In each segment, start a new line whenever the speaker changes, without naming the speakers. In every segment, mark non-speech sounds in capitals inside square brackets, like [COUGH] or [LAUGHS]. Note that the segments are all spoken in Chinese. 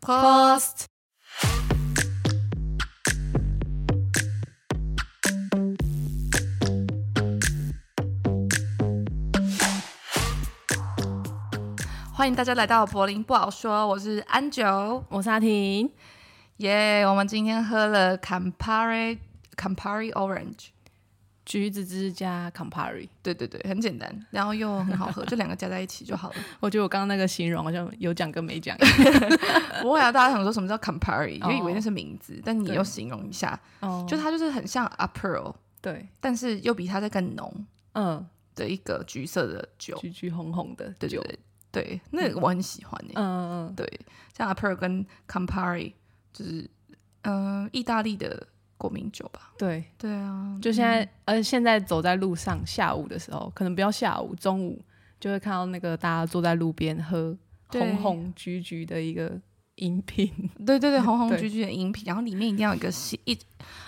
Prost！欢迎大家来到柏林不好说，我是安九，
我是阿婷，
耶、我们今天喝了 Campari Campari Orange，
橘子汁加 Campari。
对对对，很简单，然后又很好喝，就两个加在一起就好了。
我觉得我刚刚那个形容好像有讲跟 [LAUGHS] 没讲一
不会啊，大家想说什么叫 Campari，就以为
哦
那是名字，但你
对
又形容一下，
样。
就
就
它就是很像 Aperol，
对，
但是又比它再更浓
嗯，
的一个橘色的酒。
橘橘红红的
对对
酒，
对，对，那个我很喜欢诶、欸
嗯嗯
对，像 Aperol 跟 Campari 就是嗯、呃意大利的国民酒吧。
嗯，对。
对啊，
就现在，呃，现在走在路上，下午的时候，可能不要下午，中午就会看到那个大家坐在路边喝
对
红红橘橘的一个饮品。
嗯对对对，红红
嗯对
橘橘的饮品，然后里面一定要有一个鲜一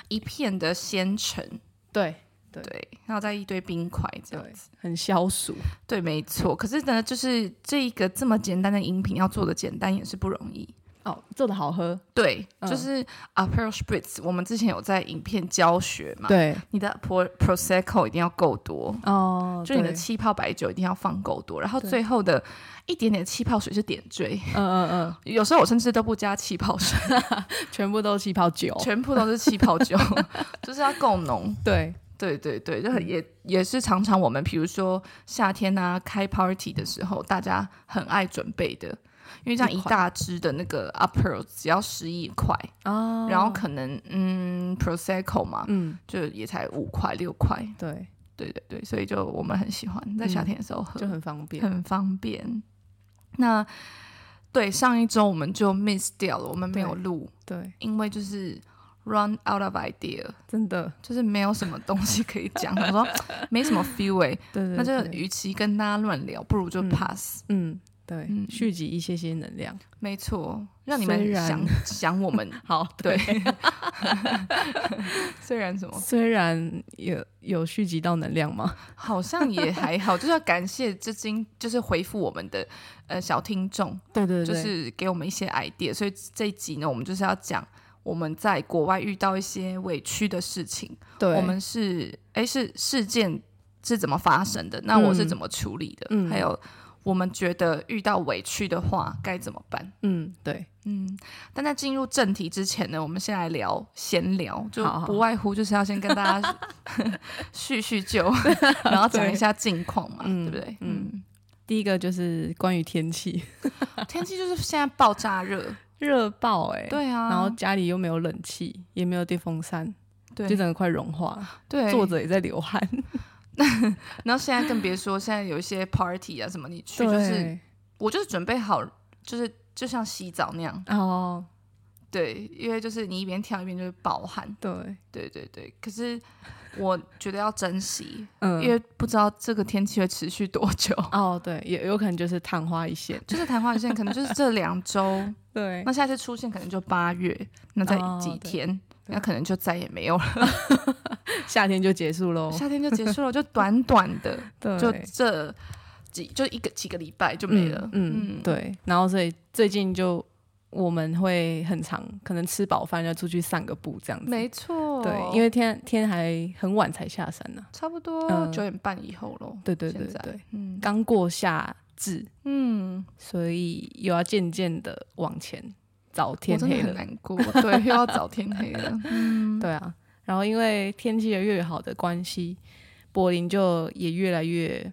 一片的鲜橙，
[LAUGHS] 对对
对，然后再一堆冰块这样
对
子。，
很消暑。
对，没错。可是呢，就是这一个这么简单的饮品要做的简单也是不容易。
哦，做的好喝。
对，就
嗯
是 Aperol Spritz，我们之前有在影片教学嘛，
对，
你的 Pro Prosecco 一定要够多，
哦，
就你的
对
气泡白酒一定要放够多，然后
对
最后的一点点气泡水是点缀。
嗯嗯嗯，
有时候我甚至都不加气泡水，
全部都是气泡酒。
全部都是气泡
[LAUGHS]
酒，就是要够浓。
对，
对对对，
嗯
就很也也是常常我们比如说夏天啊开 party 的时候，大家很爱准备的，因为这样
一
一
块
大支的那个 Aperol 只要十一块，
哦
然后可能嗯 Prosecco 嘛，
嗯，
就也才五块六块，
对，
对对对，所以就我们很喜欢在夏天的时候喝，
嗯就很方便。
很方便。那对上一周我们就 miss 掉了，我们没有
对
录，
对，
因为就是 run out of idea，
真的，
就是没有什么东西可以讲，我说没什么 feel 哎、
对 [LAUGHS] 对，
那就
对
与其跟大家乱聊，不如就
嗯
pass。
嗯，对
嗯，
蓄积一些些能量。
没错，让你们
虽然
想
[LAUGHS]
想我们。
好，
对，虽然什么，
[LAUGHS] 虽然有有蓄积到能量吗？ [LAUGHS]
好像也还好，就是要感谢至今就是回复我们的呃小听众，
对对
就是给我们一些 idea。所以这一集呢，我们就是要讲我们在国外遇到一些委屈的事情，
对，
我们是哎是事件是怎么发生的，那我是
嗯
怎么处理的，
嗯
还有我们觉得遇到委屈的话该怎么办。
嗯，对，
嗯，但在进入正题之前呢，我们先来聊闲聊，就
好好
不外乎就是要先跟大
[LAUGHS]
家叙叙旧，然后讲一下近况嘛，对
嗯
不对？
嗯
嗯，
第一个就是关于天气，
天气就是现在爆炸热，
热爆哎、
对啊，
然后家里又没有冷气，也没有电风扇，
对
就整个快融化，
对
坐着也在流汗。
然后现在更别说，现在有一些 party 啊什么，你去
对，
就是我就是准备好，就是就像洗澡那样，
哦，
对，因为就是你一边跳一边就是暴汗，
对，
对对对。可是我觉得要珍惜，因
嗯，
为不知道这个天气会持续多久。
哦，对，也有可能就是昙花一现。
就是昙花一现，可能就是这两周，
对
那，下次出现可能就八月，那再
哦
几
对
天，
对
那可能就再也没有了，
夏天就结束喽。
夏天就结束了，就短短的，
哦 [LAUGHS] 对，
就这几就一个几个礼拜就没了，
嗯，嗯对。然后所以最近就我们会很常，可能吃饱饭就出去散个步这样子。
没错，
对，因为天天还很晚才下山呢、
差不多
嗯
九点半以后咯。
对对对
现在
对，
嗯
刚过夏至，
嗯，
所以又要渐渐的往前，早
嗯我
天
真的
黑
很
了。
难过，
[LAUGHS]
对，又要早天黑了。嗯，
对啊，然后因为天气越来越好的关系，柏林就也越来越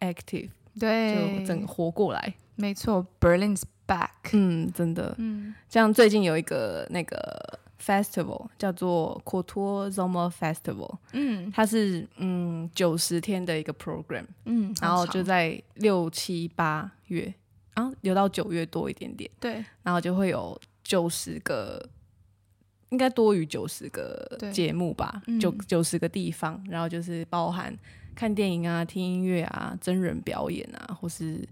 active，就
对，
整个活过来。
没错，Berlin's back。
嗯，真的。
嗯，
像最近有一个那个 festival 叫做 k o t o z o m e r Festival，
嗯
它是嗯九十天的一个 program，
嗯，
然后
好
就
长
在六七八月，然后留到九月多一点点，
对
然后就会有九十个，应该多于九十个
对
节目吧
嗯，
九九十个地方，然后就是包含看电影啊、听音乐啊、真人表演啊，或是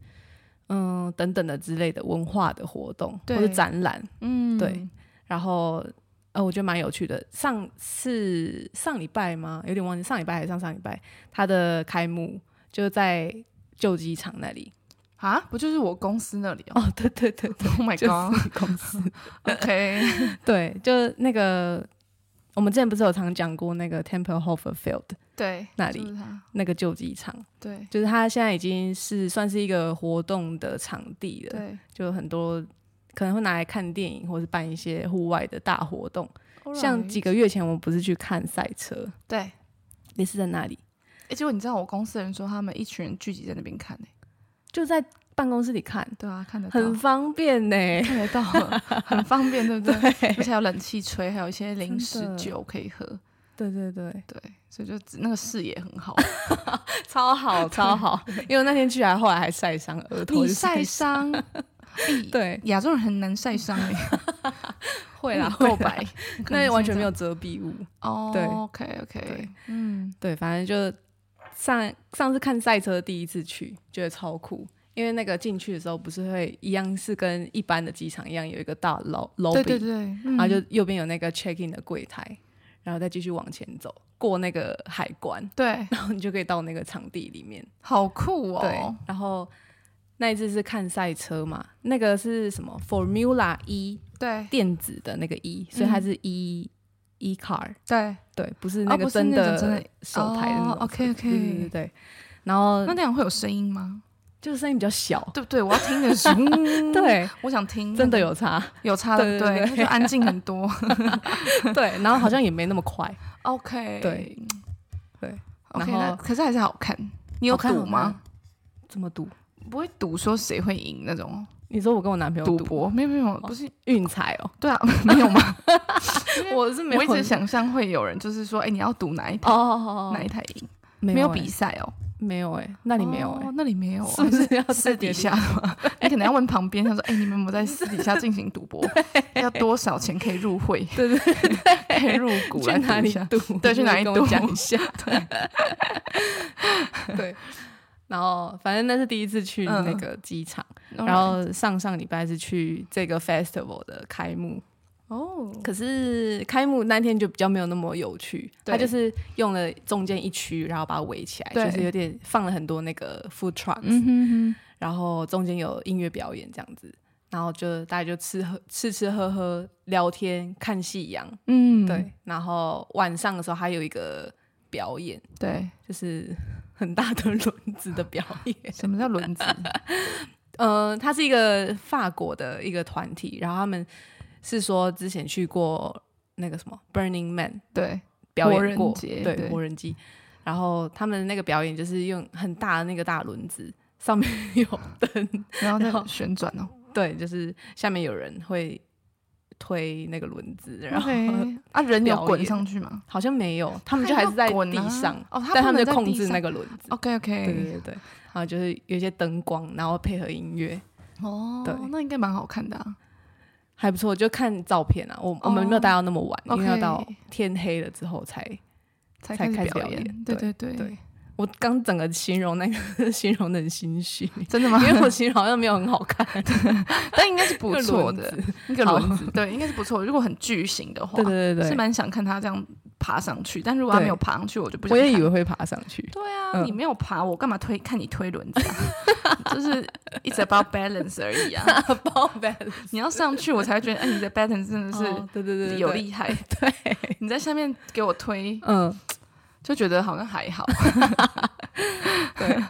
嗯等等的之类的文化的活动或
对
者展览，
嗯
对然后呃，我觉得蛮有趣的。上次上礼拜吗？有点忘记， [LAUGHS] 上礼拜还是上上礼拜，它的开幕就是在旧机场那里，
啊，不就是我公司那里哦、
哦，对对对
[LAUGHS]
对
o h my
就
god，OK，、
是公司对，就是那个我们之前不是有常讲过那个 Tempelhofer Field
对，
[LAUGHS] 那里
就是它
那个旧机场，
对
就是它现在已经是算是一个活动的场地了，
对，
就很多可能会拿来看电影，或是办一些户外的大活动。像
Alright
几个月前我们不是去看赛车，
对，哎、
也是在那里，
结果你知道我公司的人说他们一群人聚集在那边看呢、欸
就在办公室里看，
对啊，看得到，
很方便呢、 [LAUGHS]
看得到，很方便，对不对？而且还有冷气吹，还有一些零
真
食
的
酒可以喝，
[LAUGHS] 对对对，
对，所以就只那个视野很
[LAUGHS]
好。
超好超 [LAUGHS] 好，因为那天去还后来还晒伤额头，
你
[LAUGHS]
晒伤， [LAUGHS] 哎
对，
亚洲人很难晒
[LAUGHS]
伤哎、
会 [LAUGHS] 啦，
够
会啦
白，
那完全没有遮蔽物。
哦。
对
OK OK，
对
嗯，
对，反正就上上次看赛车第一次去，觉得超酷。因为那个进去的时候，不是会一样是跟一般的机场一样有一个大楼 lobby，
对对对，嗯
然后啊就右边有那个 check in 的柜台，然后再继续往前走，过那个海关，
对，
然后你就可以到那个场地里面。
好酷
对
哦。，
然后那一次是看赛车嘛，那个是什么 Formula 一
对
电子的那个一、所以它是一、一 car，
对，
对，不是
嗯哦
那
不
个
是那
的
种真的哦
手台的那种。
OK
对对
OK，
对对。然后
那那样会有声音吗？
就是声音比较小，
对不对？我要听的是，嗯，
[LAUGHS] 对，
我想听，
真的有差，
[LAUGHS] 有差的，
对
对
对
不
对
对，那就安
[LAUGHS]
静很多。
对。然后好像也没那么快，
OK，
对对。
OK，
然后
那
哦
可是还是好看。你有
好看
赌吗？？
怎么赌？
不会赌说谁会赢那种
你说我跟我男朋友
赌
赌哦
博？没有没有，不是
运彩哦，
对啊，没有吗？
我 [LAUGHS] 是没有
我一直想象会有人就是说，哎，你要赌哪一台
哦
哪一台赢？
没
没有
欸
比赛哦，
没有哎，那里没有
哦
哎，
那里没有啊，
[LAUGHS] 是不是要
私
在别
底
的
下的
[LAUGHS]
吗？你可能要问旁边，他说：“哎、你们有没有在私底下进行赌
[LAUGHS]
博？要多少钱可以入会？
对对对，
可以入股
去
来
哪
赌一
里
下？
[LAUGHS] 赌？
对去哪里
跟我
赌
讲一下。对 [LAUGHS] 对，然后反正那是第一次去
嗯
那个机场，
Alright
然后上上礼拜是去这个 festival 的开幕，
哦，
可是开幕那天就比较没有那么有趣，
对
它就是用了中间一区，然后把它围起来，
对
就是有点放了很多那个 food trucks，、
嗯哼
然后中间有音乐表演这样子，然后就大家就吃喝吃吃喝喝聊天看夕阳，
哼，嗯，
对，然后晚上的时候还有一个表演，
对，
就是很大的轮子的表演， [LAUGHS]
什么叫轮子？
呃，它是一个法国的一个团体，然后他们是说之前去过那个什么 Burning Man。
对，
表
火人
演过，
节对
对，无人机。然后他们那个表演就是用很大的那个大轮子，上面有 [LAUGHS] 灯，
然后
[LAUGHS] 然
再
后
旋转哦。
对，就是下面有人会推那个轮子，然后
OK，啊，人有
表
滚
演
上去吗？
好像没有，他们就还是在
他要滚啊
地上，
哦他不
但他
能
们
在
就控
地
制
上
那个轮子。
OK
对对
OK，
对对，然后就是有一些灯光，然后配合音乐，
哦
对，
那应该蛮好看的啊。
还不错。就看照片啊，我我们没有待到那么晚，因为要
OK
到天黑了之后才
才
才
开
开
始
始
表
表
演，
演
对对
对
对
对，我刚整个形容那个 [LAUGHS] 形容的很心 [LAUGHS] 虚，
真的吗？
因为我形容好像没有很好看，
[LAUGHS] 但应该
[LAUGHS]
是不
那个
错
轮
的
子，
那个
好
轮子，对，应该是不错。如果很巨型的话，
对对对 [LAUGHS]
是
对，
蛮想看他这样爬上去，但如果他
对
没有爬上去，我就不想
我
看。
也以为会爬上 [LAUGHS] 去。
对啊，
嗯
你没有爬，我干嘛推看你推轮子、啊？ [LAUGHS] 就是一直 about balance 而
[LAUGHS]
已啊。
包呗， [LAUGHS]
你要上去，我才会觉得，哎、你的 balance 真的
哦
是
对对对对，
有
对，
厉害。
对，
你在下面给我推，
嗯
就觉得好像还好。
对。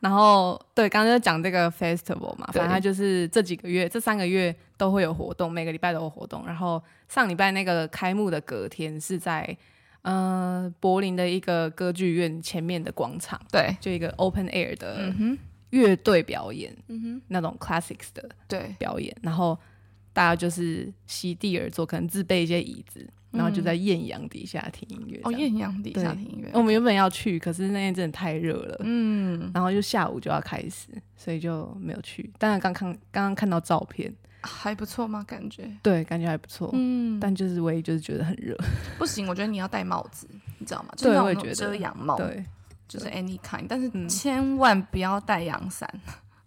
然后对，刚刚就讲这个 festival 嘛，
对
反正它就是这几个月、这三个月都会有活动，每个礼拜都有活动。然后上礼拜那个开幕的隔天是在呃柏林的一个歌剧院前面的广场，
对，
就一个 open air 的
嗯哼，
乐队表演，
嗯哼，
那种 classics 的
对，
表演，然后大家就是席地而坐，可能自备一些椅子，然后就在艳阳底下听音乐。
嗯哦，
这样
艳阳底下
对
听音乐，
我们原本要去，可是那天真的太热了，
嗯，
然后就下午就要开始，所以就没有去。当然刚看刚刚看到照片，
还不错吗？感觉，
对，感觉还不错，
嗯，
但就是唯一就是觉得很热。
不行，我觉得你要戴帽子，你知道吗？就
对
是那
我也
种
觉得
遮阳帽，
对，
就是 any kind，但是
嗯
千万不要带阳伞，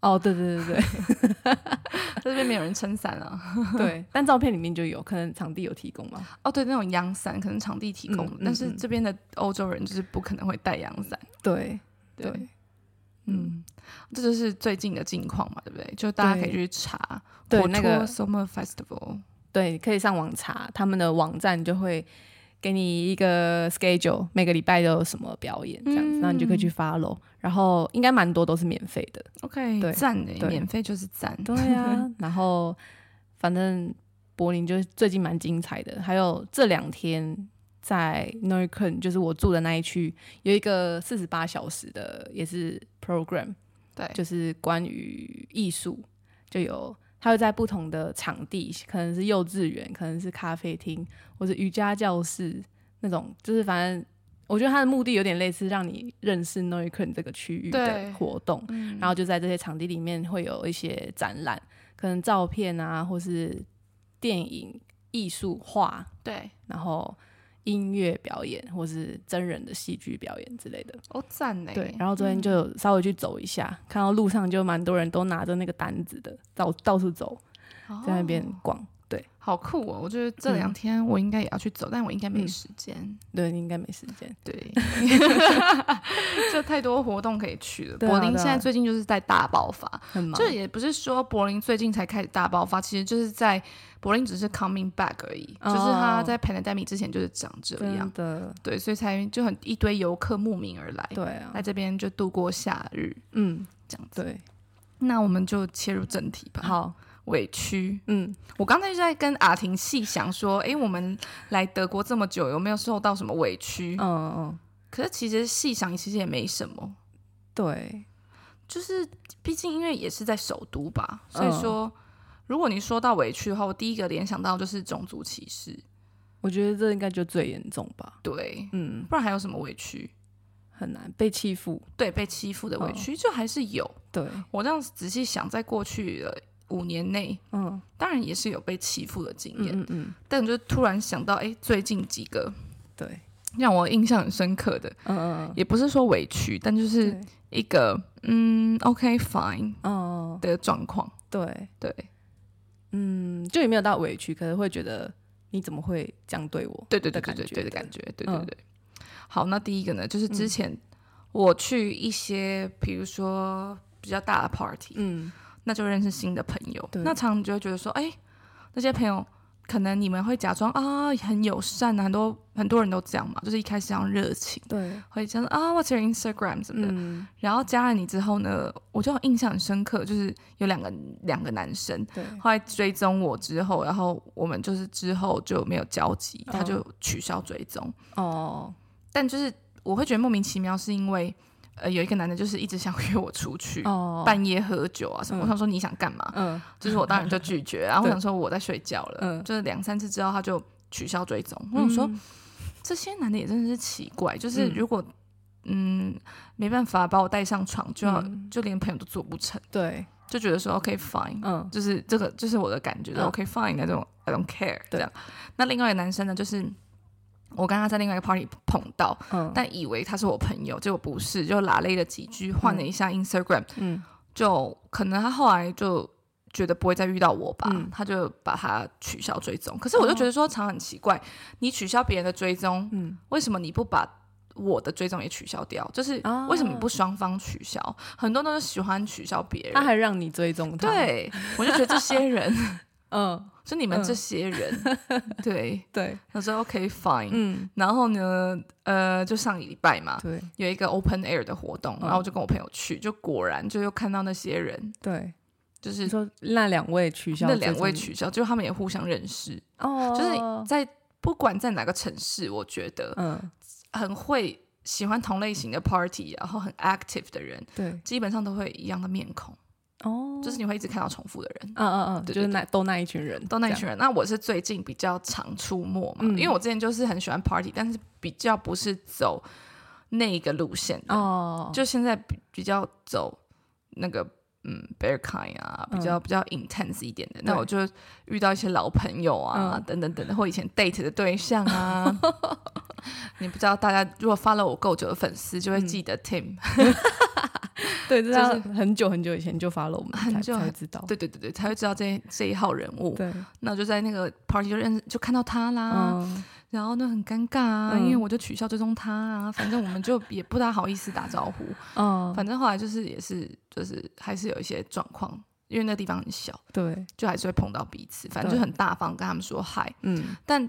哦，对对 [LAUGHS] 对对
在这边没有人撑伞啊。
对，但照片里面就有，可能场地有提供嘛。
哦，对，那种阳伞可能场地提供的，
嗯嗯
但是
嗯
这边的欧洲人就是不可能会带阳伞。
对
对
对，嗯，
这就是最近的近况嘛，对不对？就大家可以去查
对
火
那
托
个
Summer Festival，
对，可以上网查他们的网站，就会给你一个 schedule，每个礼拜都有什么表演这样子，那、你就可以去 follow。然后应该蛮多都是免费的，
OK，
对
赞的，
对
免费就是赞。
对啊。 [LAUGHS] 然后反正柏林就是最近蛮精彩的，还有这两天。在 Neukölln，就是我住的那一区，有一个四十八小时的，也是 program，
对，
就是关于艺术，就有他会在不同的场地，可能是幼稚园，可能是咖啡厅，或是瑜伽教室那种，就是反正我觉得他的目的有点类似，让你认识 Neukölln 这个区域
对
的活动，
嗯
然后就在这些场地里面会有一些展览，可能照片啊，或是电影、艺术、画，
对，
然后音乐表演，或是真人的戏剧表演之类的。
哦赞呢。
对，然后昨天就
嗯
有稍微去走一下，看到路上就蛮多人都拿着那个单子的，到到处走，
哦
在那边逛。对，
好酷哦！我觉得这两天我应该也要去走，但我应该没
嗯
时
[LAUGHS]
间。
对你应该没时间。
对， [LAUGHS] 就太多活动可以去了。
对啊
柏林
对啊
现在最近就是在大爆发，
很忙
这也不是说柏林最近才开始大爆发，其实就是在柏林只是 coming back 而已，
哦啊
就是它在 pandemic 之前就是长这样
真，的，
对，所以才就很一堆游客慕名而来，
对啊
来，这边就度过夏日
嗯，
这样子。
对，
那我们就切入正题吧。，
好，
委屈。
嗯，
我刚才就在跟阿婷细想说，诶，我们来德国这么久，有没有受到什么委屈？
嗯嗯，
可是其实细想，其实也没什么。
对，
就是毕竟因为也是在首都吧，所以
嗯
说、如果你说到委屈的话，我第一个联想到就是种族歧视，
我觉得这应该就最严重吧。
对，
嗯，
不然还有什么委屈？
很难被欺负。
对，被欺负的委
嗯
屈、就还是有。
对，
我这样仔细想，在过去的五年内，
嗯
当然也是有被欺负的经
嗯
验，
嗯嗯，
但就突然想到，哎，最近几个
对，
让我印象很深刻的，
嗯嗯，嗯
也不是说委屈，但就是
对
一个嗯，OK fine
哦，
的状况，
对，
对
嗯，就也没有到委屈，可是会觉得你怎么会这样对我？
对对
的
对对
感
对
觉
对的
的
感觉，对对
嗯
对。好，那第一个呢，就是之前我去一些，比如说比较大的 party，、
嗯，
那就认识新的朋友，
对
那常常就会觉得说，哎、那些朋友。可能你们会假装啊很友善啊，很多很多人都这样嘛，就是一开始要热情，
对，
会这样说啊，What's your Instagram 什么的。
嗯，
然后加了你之后呢，我就印象很深刻，就是有两个两个男生，
对，
后来追踪我之后，然后我们就是之后就没有交集，
哦
他就取消追踪。
哦，
但就是我会觉得莫名其妙，是因为呃有一个男的，就是一直想约我出去。
哦，
半夜喝酒啊什么，
嗯
我想说你想干嘛？
嗯
就是我当然就拒绝啊，然后我
对
想说我在睡觉了，
嗯
就是两三次之后他就取消追踪。我想说、
嗯
这些男的也真的是奇怪，就是
嗯
如果嗯没办法把我带上床，就要、
嗯
就连朋友都做不成，
对，
就觉得说 OK fine，
嗯
就是这个就是我的感觉、
嗯
o k fine 那种 I don't care 这
对
样。那另外一个男生呢，就是我跟他在另外一个 party 碰到，
嗯，
但以为他是我朋友，结果不是，就拉了一个几句，换了一下 Instagram，、
嗯
就可能他后来就。觉得不会再遇到我吧，
嗯哦
他就把他取消追踪。可是我就觉得说，常很奇怪，你取消别人的追踪，
嗯
为什么你不把我的追踪也取消掉？就是
啊
为什么你不双方取消？很多人都是喜欢取消别人，
他还让你追踪他，，
对，我就觉得这些
[LAUGHS]
人，
嗯，
就你们
嗯
这些人， [LAUGHS] 对，
对，
他说 OK fine，、
嗯，
然后呢，呃，就上礼拜嘛，
啊对
有一个 open air 的活动，
嗯
然后我就跟我朋友去，就果然就又看到那些人，
对，
就
你
是
说那两位取消
那
追踪你，
两位取消，就他们也互相认识，
哦，
就是在不管在哪个城市，我觉得
嗯，
很会喜欢同类型的 party，然后很 active 的人，
对，
基本上都会一样的面孔，
哦，
就是你会一直看到重复的人。
嗯嗯嗯，
对
就是
对
那都那一群人，
都那一
这
群人。那我是最近比较常出没嘛，
嗯
因为我之前就是很喜欢 party，但是比较不是走那个路线的，
样，哦，
就现在比比较走那个嗯 bear kind 啊，比
嗯
较、比较 intense 一点的。那
对
我就遇到一些老朋友啊，
嗯
等等等等，或以前 date 的对象
[LAUGHS]
啊。你不知道，大家如果发了我够久的粉丝，就会
嗯
记得 Tim、 [LAUGHS]
对，这
就是
是很久很久以前就发了我们才，
很久
才
很
知道，
对对对对，才会知道这这一号人物。
对，
那我就在那个 party 就认识，就看到他啦。
嗯，
然后呢很尴尬啊，
嗯
因为我就取笑追踪他啊，反正我们就也不大好意思
[LAUGHS]
打招呼。
嗯，
反正后来就是也是就是还是有一些状况，因为那地方很小，
对，
就还是会碰到彼此。反正就
对
很大方跟他们说嗨。
嗯，
但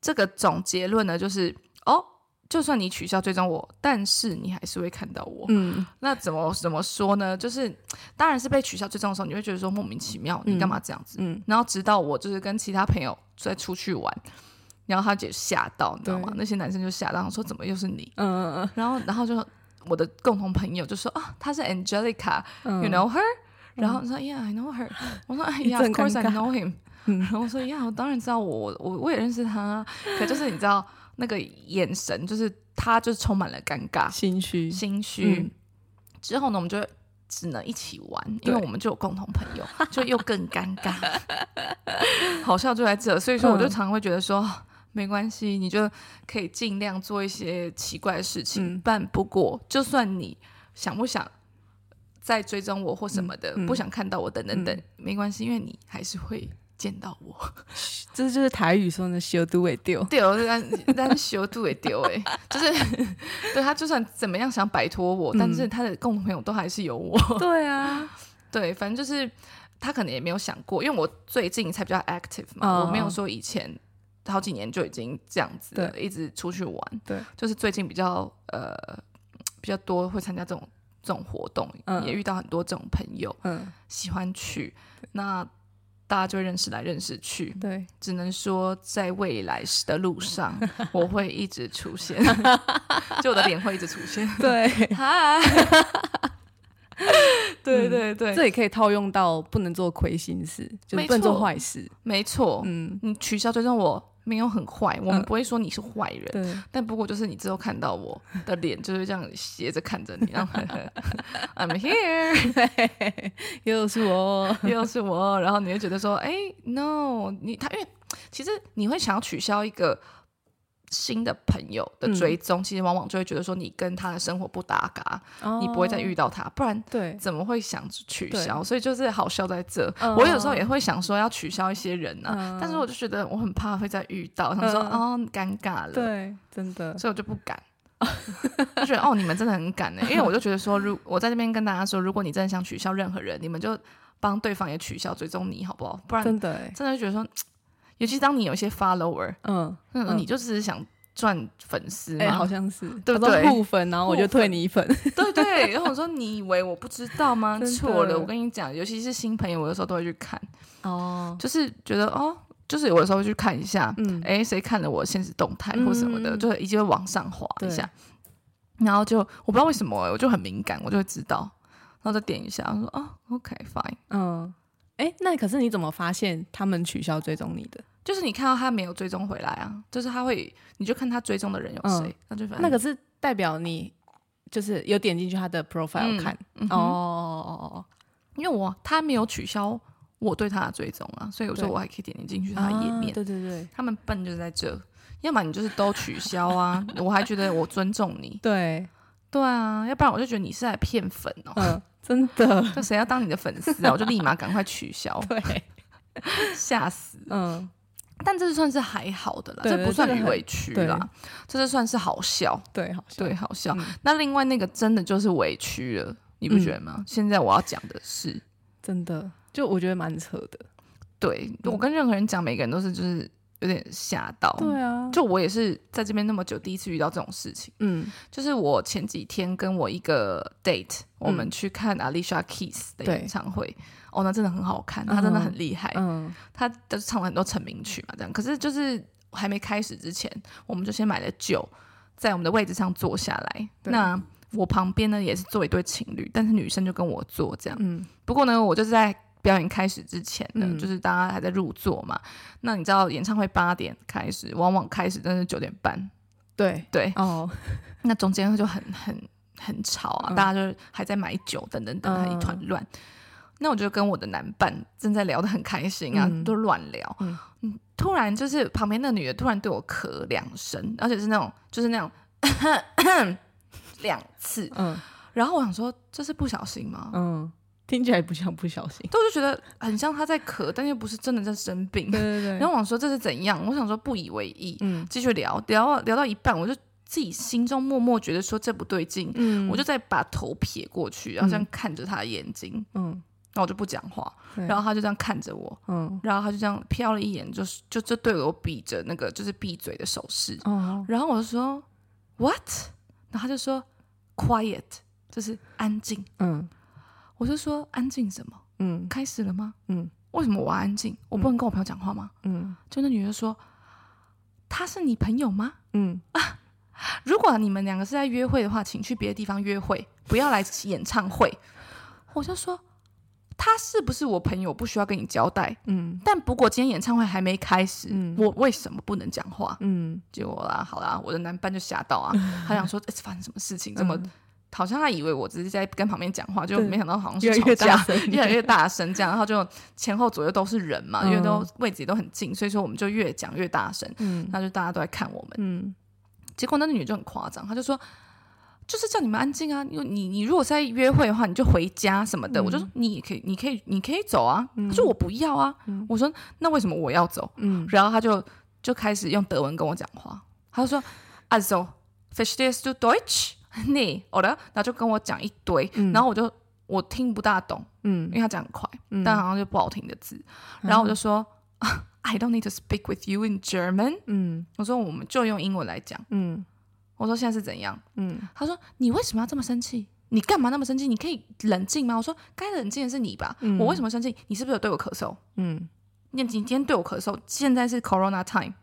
这个总结论呢，就是哦，就算你取消追踪我，但是你还是会看到我。
嗯，
那怎么怎么说呢？就是当然是被取消追踪的时候，你会觉得说莫名其妙，你干嘛这样子？
嗯，
然后直到我就是跟其他朋友在出去玩，然后他姐吓到，你知道吗？
对
那些男生就吓到，说怎么又是你？
嗯，
然后然后就我的共同朋友就说啊，她是 Angelica，you
嗯
know her？、然后说 Yeah, I know her。我
[LAUGHS]
说哎呀
一
，Of
阵
course I
尴尬嗯
know
[LAUGHS]
him。然后我说呀，我当然知道我，我我我也认识他啊。可就是你知道那个眼神，就是他就充满了尴尬、
心虚，
心虚。
嗯
之后呢，我们就只能一起玩，因
对
为我们就有共同朋友， [LAUGHS] 就又更尴 [LAUGHS] 尬。好笑就在这，所以说我就
嗯
常会觉得说。哦没关系，你就可以尽量做一些奇怪的事情。
嗯
但不过，就算你想不想再追踪我或什么的，
嗯嗯
不想看到我等等等，
嗯
没关系，因为你还是会见到我。
这就是台语说的“修都未丢
[LAUGHS] 对，我但但是修度也丢哎，就是 [LAUGHS] 对他就算怎么样想摆脱我，但是他的共同朋友都还是有我。”。
对啊，
对，反正就是他可能也没有想过，因为我最近才比较 active 嘛，
嗯
我没有说以前好几年就已经这样子了，一直出去玩。
对，
就是最近比较呃比较多会参加这种这种活动，
嗯
也遇到很多这种朋友
嗯，
喜欢去，那大家就认识来认识去。
对，
只能说在未来的路
[LAUGHS]
上，我会一直出现，就我的脸会一直出现。
对，
嗨， [LAUGHS] 对对对，
这也可以套用到不能做亏心事，就是
没
不能做
错
坏事。
没错，
嗯，
你取消追踪我没有很坏，我们
嗯
不会说你是坏人，
对，
但不过就是你之后看到我的脸，就是这样斜着看着你，然后 [LAUGHS] I'm here， [LAUGHS]
又是我，
又是我，然后你会觉得说，哎、n o 你他因为其实你会想要取消一个。新的朋友的
嗯
追踪，其实往往就会觉得说你跟他的生活不搭嘎，你不会再遇
哦
到他，不然
对，
怎么会想取
对
消？所以就是好笑在这。
嗯
我有时候也会想说要取消一些人呐、啊，
嗯
但是我就觉得我很怕会再遇到，想说、哦尴尬了，，
对，真的，
所以我就不
[LAUGHS]
敢。就觉得哦，你们真的很敢呢、因为我就觉得说，如我在这边跟大家说，如果你真的想取消任何人，你们就帮对方也取消追踪你，好不好？不然
真的欸，
真的就觉得说，尤其当你有一些 follower，
嗯，
嗯，
嗯
你就只是想赚粉丝
哎，
嘛，
好像是，
对
他
不
说
对
互粉，然后我就
互粉
退你粉，
[LAUGHS] 对对，然后我说你以为我不知道吗？
[LAUGHS] 真的
错了，我跟你讲，尤其是新朋友，我有时候都会去看，
哦，
就是觉得哦，就是有的时候会去看一下，
嗯，
哎、谁看了我现实动态或什么的，
嗯
就一定会往上滑一下，然后就我不知道为什么、欸我就很敏感，我就会知道，然后再点一下，我说哦，OK fine，
嗯，哎，那可是你怎么发现他们取消追踪你的？
就是你看到他没有追踪回来啊，就是他会，你就看他追踪的人有谁，那就反正
嗯那个是代表你就是有点进去他的 profile
嗯
看
嗯哼
哦哦哦
因为我他没有取消我对他的追踪啊，所以有时候
对
我还可以点进去
哦，
他的页
啊
面。
对对对
他们笨就是在这，要么你就是都取消啊，我还觉得我尊重你，
对，
对啊，要不然我就觉得你是来骗粉哦，
嗯，真的，
就谁要当你的粉丝啊，我就立马赶快取
[LAUGHS]
消，
对，
吓死！
嗯，
但这算是还好的啦，
对
这不算
这个很
委屈啦，这是算是好笑，
对，好像，
对，好笑。
嗯
那另外那个真的就是委屈了，你不觉得
嗯
吗？现在我要讲的
[LAUGHS]
是，
真的，就我觉得蛮扯的，
对
嗯
我跟任何人讲，每个人都是就是有点吓到，
对啊，
就我也是在这边那么久，第一次遇到这种事情。
嗯，
就是我前几天跟我一个 date，、我们去看 Alicia Keys 的
对
演唱会。哦，那真的很好看，她真的很厉害，
嗯，
她都唱了很多成名曲嘛，这样。可是就是还没开始之前，我们就先买了酒，在我们的位置上坐下来。
对
那我旁边呢也是坐一对情侣，但是女生就跟我坐这样。
嗯，
不过呢，我就是在表演开始之前呢，
嗯
就是大家还在入座嘛。那你知道演唱会八点开始，往往开始真的是九点半，
对，
对，
哦，
那中间就很很很吵啊，
嗯
大家就还在买酒，等等等，
嗯
还一团乱。那我就跟我的男伴正在聊得很开心啊，
嗯
都乱聊。嗯
嗯
突然就是旁边那女的突然对我咳两声，而且是那种就是
[LAUGHS]
那种两次，
嗯 [LAUGHS]
然后我想说这是不小心吗？
哦嗯，听起来不像不小心。
对，我就觉得很像他在咳，但又不是真的在生病。
对对对，
然后我想说这是怎样？我想说不以为意，
嗯
继续聊聊到聊到一半，我就自己心中默默觉得说这不对劲，
嗯
我就再把头撇过去，然后这样看着他的眼睛，
嗯
然后我就不讲话，
对
然后他就这样看着我，
嗯
然后他就这样瞟了一眼，就是就就对我比着那个就是闭嘴的手势，
哦
然后我就说 what，然后他就说 quiet，就是安静，
嗯
我就说安静什么？
嗯
开始了吗？
嗯
为什么我要安静？我不能跟我朋友讲话吗？
嗯
就那女的说他是你朋友吗？
嗯，
如果你们两个是在约会的话，请去别的地方约会，不要来演唱会。我就说，他是不是我朋友，不需要跟你交代。
嗯
但不过今天演唱会还没开始，
嗯
我为什么不能讲话？
嗯
结果啦，好啦，我的男伴就吓到啊，他想说，这、发生什么事情？怎么、好像他以为我只是在跟旁边讲话，就
嗯对
没想到好像
越
是
来
吵
越大
架。
声，
越来越大声，这样，然后就前后左右都是人嘛，因为都位置也都很近，所以说我们就越讲越大声，
嗯
那就大家都在看我们。
嗯
结果那女的就很夸张，她就说。就是叫你们安静啊！你你你如果在约会的话，你就回家什么
嗯
的。我就说你也可以，你可以，你可以走啊。她说我不要啊。我说那为什么我要走？
嗯
然后她就就开始用德文跟我讲话。她就说 also verstehst du Deutsch? [LAUGHS] Nee, oder？然后就跟我讲一堆，然后我就我听不大懂，
嗯
因为她讲很快，
嗯
但好像就不好听的字。然后我就说 I don't need to speak with you in German。
嗯
我说我们就用英文来讲。
嗯
我说现在是怎样？
嗯
他说你为什么要这么生气？你干嘛那么生气？你可以冷静吗？我说该冷静的是你吧。我为什么生气？你是不是有对我咳嗽？
嗯
你你今天对我咳嗽，现在是 Corona time，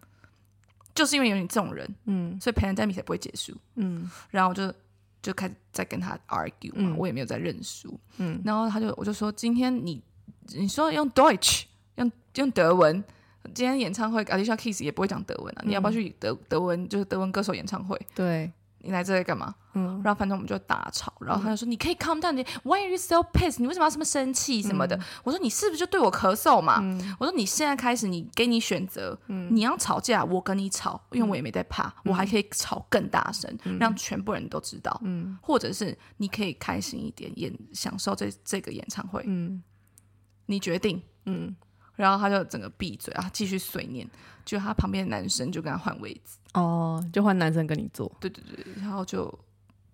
就是因为有你这种人，
嗯
所以 pandemic 才不会结束。
嗯
然后我就就开始在跟他 argue 嘛，
嗯
我也没有在认输。
嗯
然后他就我就说今天你你说用 Deutsch 用用德文。今天演唱会 Alicia Keys 也不会讲德文啊，你要不
嗯
要去德德文就是德文歌手演唱会？
对
你来这里干嘛？
嗯
然后反正我们就大吵，然后他就说：“你可以 calm down，你 Why are you so pissed？你为什么要这么生气什么
嗯
的？”我说：“你是不是就对我咳嗽嘛？”我说：“你现在开始，你给你选择，
嗯
你要吵架，我跟你吵，因为我也没在怕，我还可以吵更大声，让全部人都知道。
嗯
或者是你可以开心一点，演享受这这个演唱会，
嗯
你决定。”
嗯
然后他就整个闭嘴啊，继续碎念。就他旁边的男生就跟他换位置，
哦，就换男生跟你做，
对对对，然后就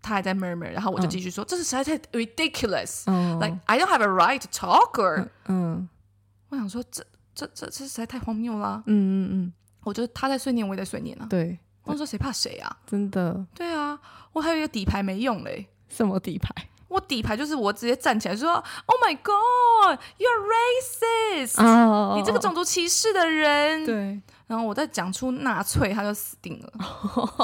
他还在 murmur，然后我就
嗯
继续说：“这是实在太 ridiculous。”
嗯
like I don't have a right to talk or，、
嗯
我想说这这这这实在太荒谬啦、
嗯嗯
我觉得他在碎念，我也在碎念啊
嗯，。对，
我说谁怕谁啊？
真的
对啊，我还有一个底牌没用嘞。
什么底牌
我底牌就是我直接站起来说：“Oh my God, you're racist！、[LAUGHS]
啊
你这个种族歧视的人。”。
对，
然后我再讲出纳粹，他就死定
[LAUGHS]
了。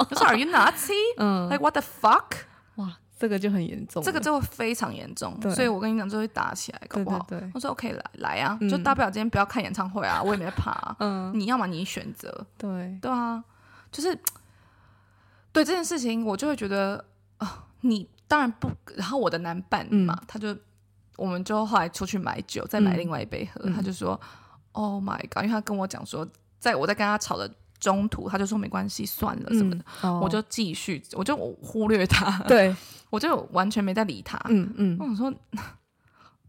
他说：“Are you Nazi?
嗯
Like what the fuck？”
哇，这个就很严重了，
这个就会非常严重，
对
所以我跟你讲，就会打起来，搞
对
不好。
对对，
我说 OK，来来啊，就大不了今天不要看演唱会啊，我也没怕、啊。
嗯
你要么你选择，
对，
对啊，就是对这件事情，我就会觉得啊、你当然不。然后我的男伴嘛，他就我们就后来出去买酒，再买
嗯
另外一杯喝，他就说 Oh my god，因为他跟我讲说，在我在跟他吵的中途，他就说没关系，算了什么的。
哦
我就继续，我就忽略他， [LAUGHS]
对，
我就完全没在理他。
嗯嗯，
我想说 [LAUGHS]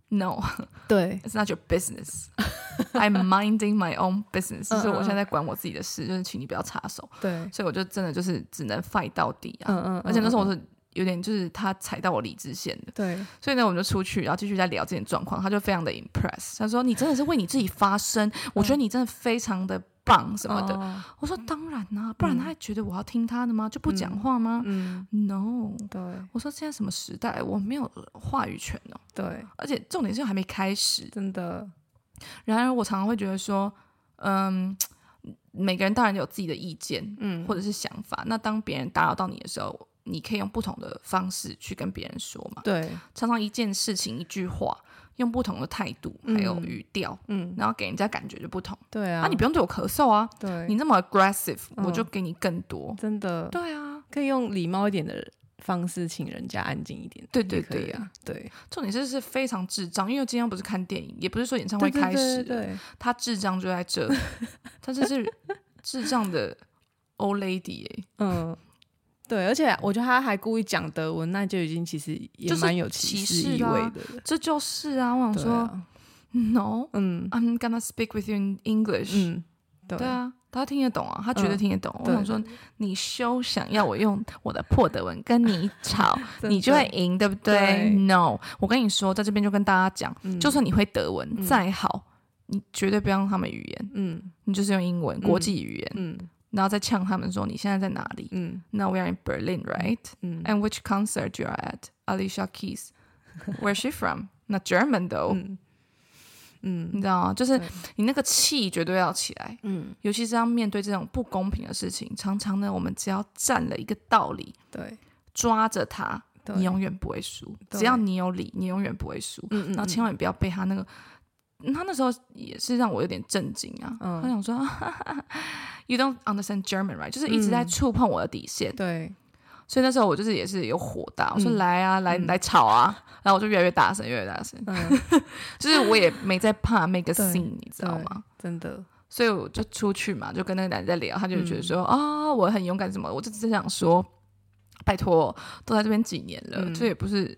，No，
对，
It's not your business. I'm minding my own business，就是
嗯
我现在在管我自己的事，就是请你不要插手。
对，
所以我就真的就是只能 fight 到底啊！
嗯嗯，
而且那时候我
嗯
是有点就是他踩到我理智线的，
对，
所以呢我们就出去，然后继续在聊这件状况，他就非常的 impress，他说你真的是为你自己发声，我觉得你真的非常的棒什么的。
哦，
我说当然啦、不然他还觉得我要听他的吗？就不讲话吗、
嗯，
n o
对
我说现在什么时代，我没有话语权哦，
对，
而且重点是还没开始。
真的，
然而，我常常会觉得说，嗯，每个人当然有自己的意见，
嗯
或者是想法。那当别人打扰到你的时候，你可以用不同的方式去跟别人说嘛。
对，
常常一件事情、一句话，用不同的态度还有语调，
嗯，
然后给人家感觉就不同。
对啊，
啊，你不用对我咳嗽啊，
对，
你那么 aggressive，、
嗯
我就给你更多。
真的
对啊，
可以用礼貌一点的方式请人家安静一点，
对对
也可以
对
啊，对，
重点是是非常智障，因为今天不是看电影，也不是说演唱
对
会
对
开始
对
了，
对，
他智障就在这，他这是智障的 old lady 哎、
嗯，对，而且我觉得他还故意讲德文，那就已经其实也
就是
蛮有
歧
视
视
意
的啊
味的了。
这就是啊，我想
对
说、
啊，
no。
嗯
I'm gonna speak with you in English、
嗯，对
对啊，他听得懂啊，他绝对
嗯
听得懂。我
对，
想说，你休想要我用我的破德文跟你吵
[LAUGHS] 真
你就会
的
赢，对不对
对
n o 我跟你说，在这边就跟大家讲，
嗯
就算你会德文、
嗯
再好，你绝对不要用他们语言，
嗯
你就是用英文，国际语言，
嗯
然后再呛他们说你现在在哪里
嗯
？Now we are in Berlin, right?
嗯
And which concert you are at? Alicia Keys. Where's she from? [LAUGHS] Not German though，、
嗯嗯
你知道吗？就是
对
你那个气绝对要起来。
嗯，
尤其是要面对这种不公平的事情，常常呢，我们只要站了一个道理，
对
抓着它，
对，
你永远不会输。
对
只要你有理，你永远不会输。
嗯嗯
然后千万不要被他那个，嗯他那时候也是让我有点震惊啊。
嗯
他想说 [LAUGHS] ，You don't understand German, right？就是一直在
嗯
触碰我的底线。
对
所以那时候我就是也是有火大，我说
嗯
来啊，来
嗯
来吵啊，然后我就越来越大声，越来越大声。
嗯
就是我也没在怕 make a
对
scene，你知道
对
吗？
真 [LAUGHS] 的
所以我就出去嘛，就跟那个男的在聊，他就觉得
嗯
说啊、我很勇敢什么，我就只是想说，拜托，都在这边几年了，
嗯
这也不是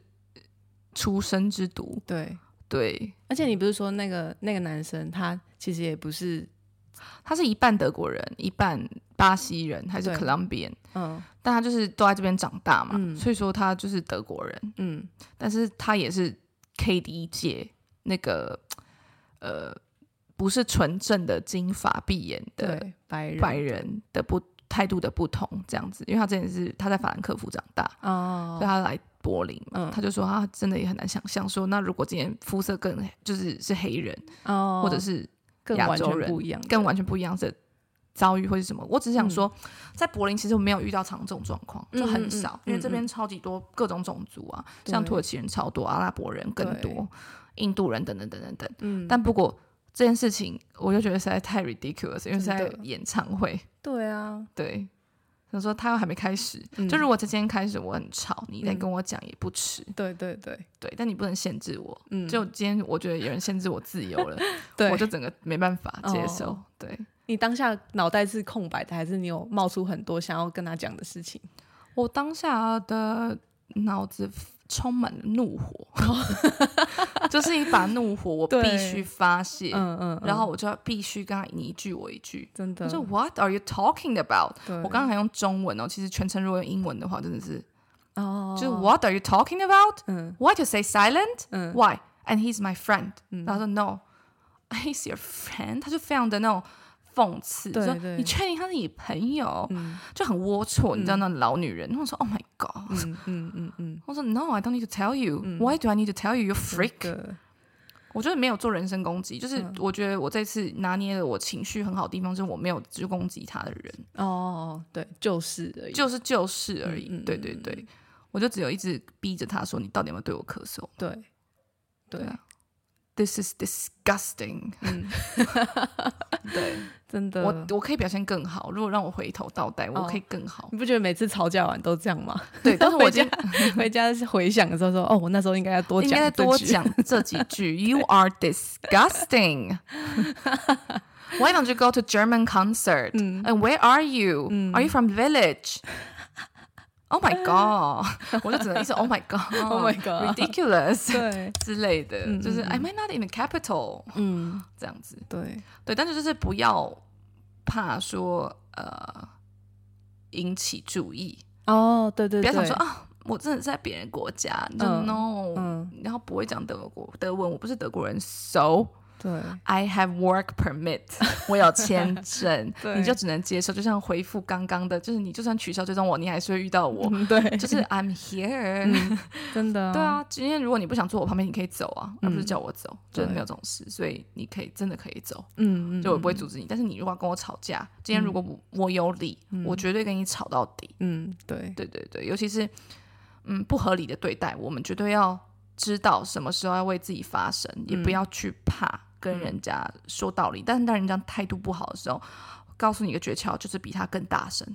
出生之毒，
对。
对，
而且你不是说那个那个男生他其实也不是
他是一半德国人，一半巴西人，还是
对
Colombian，
嗯
但他就是都在这边长大嘛，
嗯
所以说他就是德国人，
嗯
但是他也是 KD 界那个呃，不是纯正的金发碧眼的
对白人
白人的不态度的不同，这样子，因为他之前是他在法兰克福长大，所以
哦
他来柏林嘛，
嗯
他就说啊他真的也很难想象说，那如果今天肤色更就是是黑人，
哦，
或者是
更
亚
完
洲
全
人
不一样的，
更完全不一样的遭遇会是什么？我只是想说，在柏林其实我没有遇到常这种状况，
嗯
就很少，
嗯嗯
因为这边超级多各种种族啊，
对
像土耳其人超多，阿拉伯人更
对
多，印度人等等等等等。
嗯，
但不过这件事情，我就觉得实在太 ridiculous，因为是
真
在
的
演唱会。
对啊，
对，想说他又还没开始，
嗯
就如果他今天开始我很吵，你再
嗯
跟我讲也不迟，
对对对，
对，但你不能限制我。
嗯，
就今天我觉得有人限制我自由了，
[LAUGHS] 对
我就整个没办法接受。
哦
对
你当下脑袋是空白的，还是你有冒出很多想要跟他讲的事情？
我当下的脑子充满了怒
[LAUGHS]
火，就是一把怒火，我必
对
须发泄。
嗯嗯，
然
嗯
后我就要必须跟他你一句我一句，
真的
我，说 What are you talking about？
对
我刚刚还用中文哦，其实全程如果用英文的话，真的是
哦，
就是 What are you talking about？
嗯
Why to say silent?
嗯
Why? And he's my friend.
嗯
然后说 No, [LAUGHS] he's your friend. 他就非常的那种讽刺，
对
说
对
你确定他是你朋友？
嗯
就很龌龊，你知道那种老女人。然后我说 Oh my god.
嗯嗯嗯嗯，
我说 No, I don't need to tell you.
嗯
Why do I need to tell you? You [LAUGHS]
真
freak.
的
我觉得没有做人身攻击，就是
嗯
我觉得我这次拿捏了我情绪很好的地方，就是我没有去攻击他的人，
哦，对，就是而已，
就是就事而已。
嗯嗯
对对对，我就只有一直逼着他说你到底有没有对我咳嗽？
对对
对，啊，This is disgusting。
[LAUGHS] 嗯，
对
真的，
我，我可以表现更好。如果让我回头倒带，我
哦
可以更
[LAUGHS]
好。
你不觉得每次吵架完都这
[LAUGHS]
样吗？
对，但是我已
回家
经
回家回想的时候说，哦，我那时候应该要多
应
讲，
该多，讲这几 [LAUGHS] 句。You are disgusting. [LAUGHS] Why don't you go to German concert?
嗯
And where are you?
嗯
Are you from [LAUGHS] village? Oh my god！我 [LAUGHS] 就只能一直 [LAUGHS] Oh my
Oh
god，Oh
my
[LAUGHS]
god
ridiculous
[LAUGHS] 对，
之类的，
嗯
就是
嗯嗯
I might not in the capital
嗯，
这样子。
对，
对，但是就是不要怕说呃引起注意，
哦，对对，
不要想
对
说，啊，我真的是在别人国家，就
嗯
no，、
嗯，
然后不会讲德国德文，我不是德国人，so
对，
I have work
[LAUGHS]
permit，我有签证
对，
你就只能接受，就像回复刚刚的，就是你就算取消追踪我，你还是会遇到
[LAUGHS]
我，
嗯对，
就是 I'm here、
嗯真的，哦
对，啊，今天如果你不想坐我旁边，你可以走啊，而不是
嗯
叫我走，就是
对
没有这种事，所以你可以真的可以走。
嗯嗯，
就我不会阻止你。但是你如果要跟我吵架，今天如果我我有理，我绝对跟你吵到底。
嗯，嗯，对，
对对对，尤其是嗯不合理的对待，我们绝对要知道什么时候要为自己发声，也不要去怕跟人家说道理。但是当人家态度不好的时候，告诉你一个诀窍，就是比他更大声，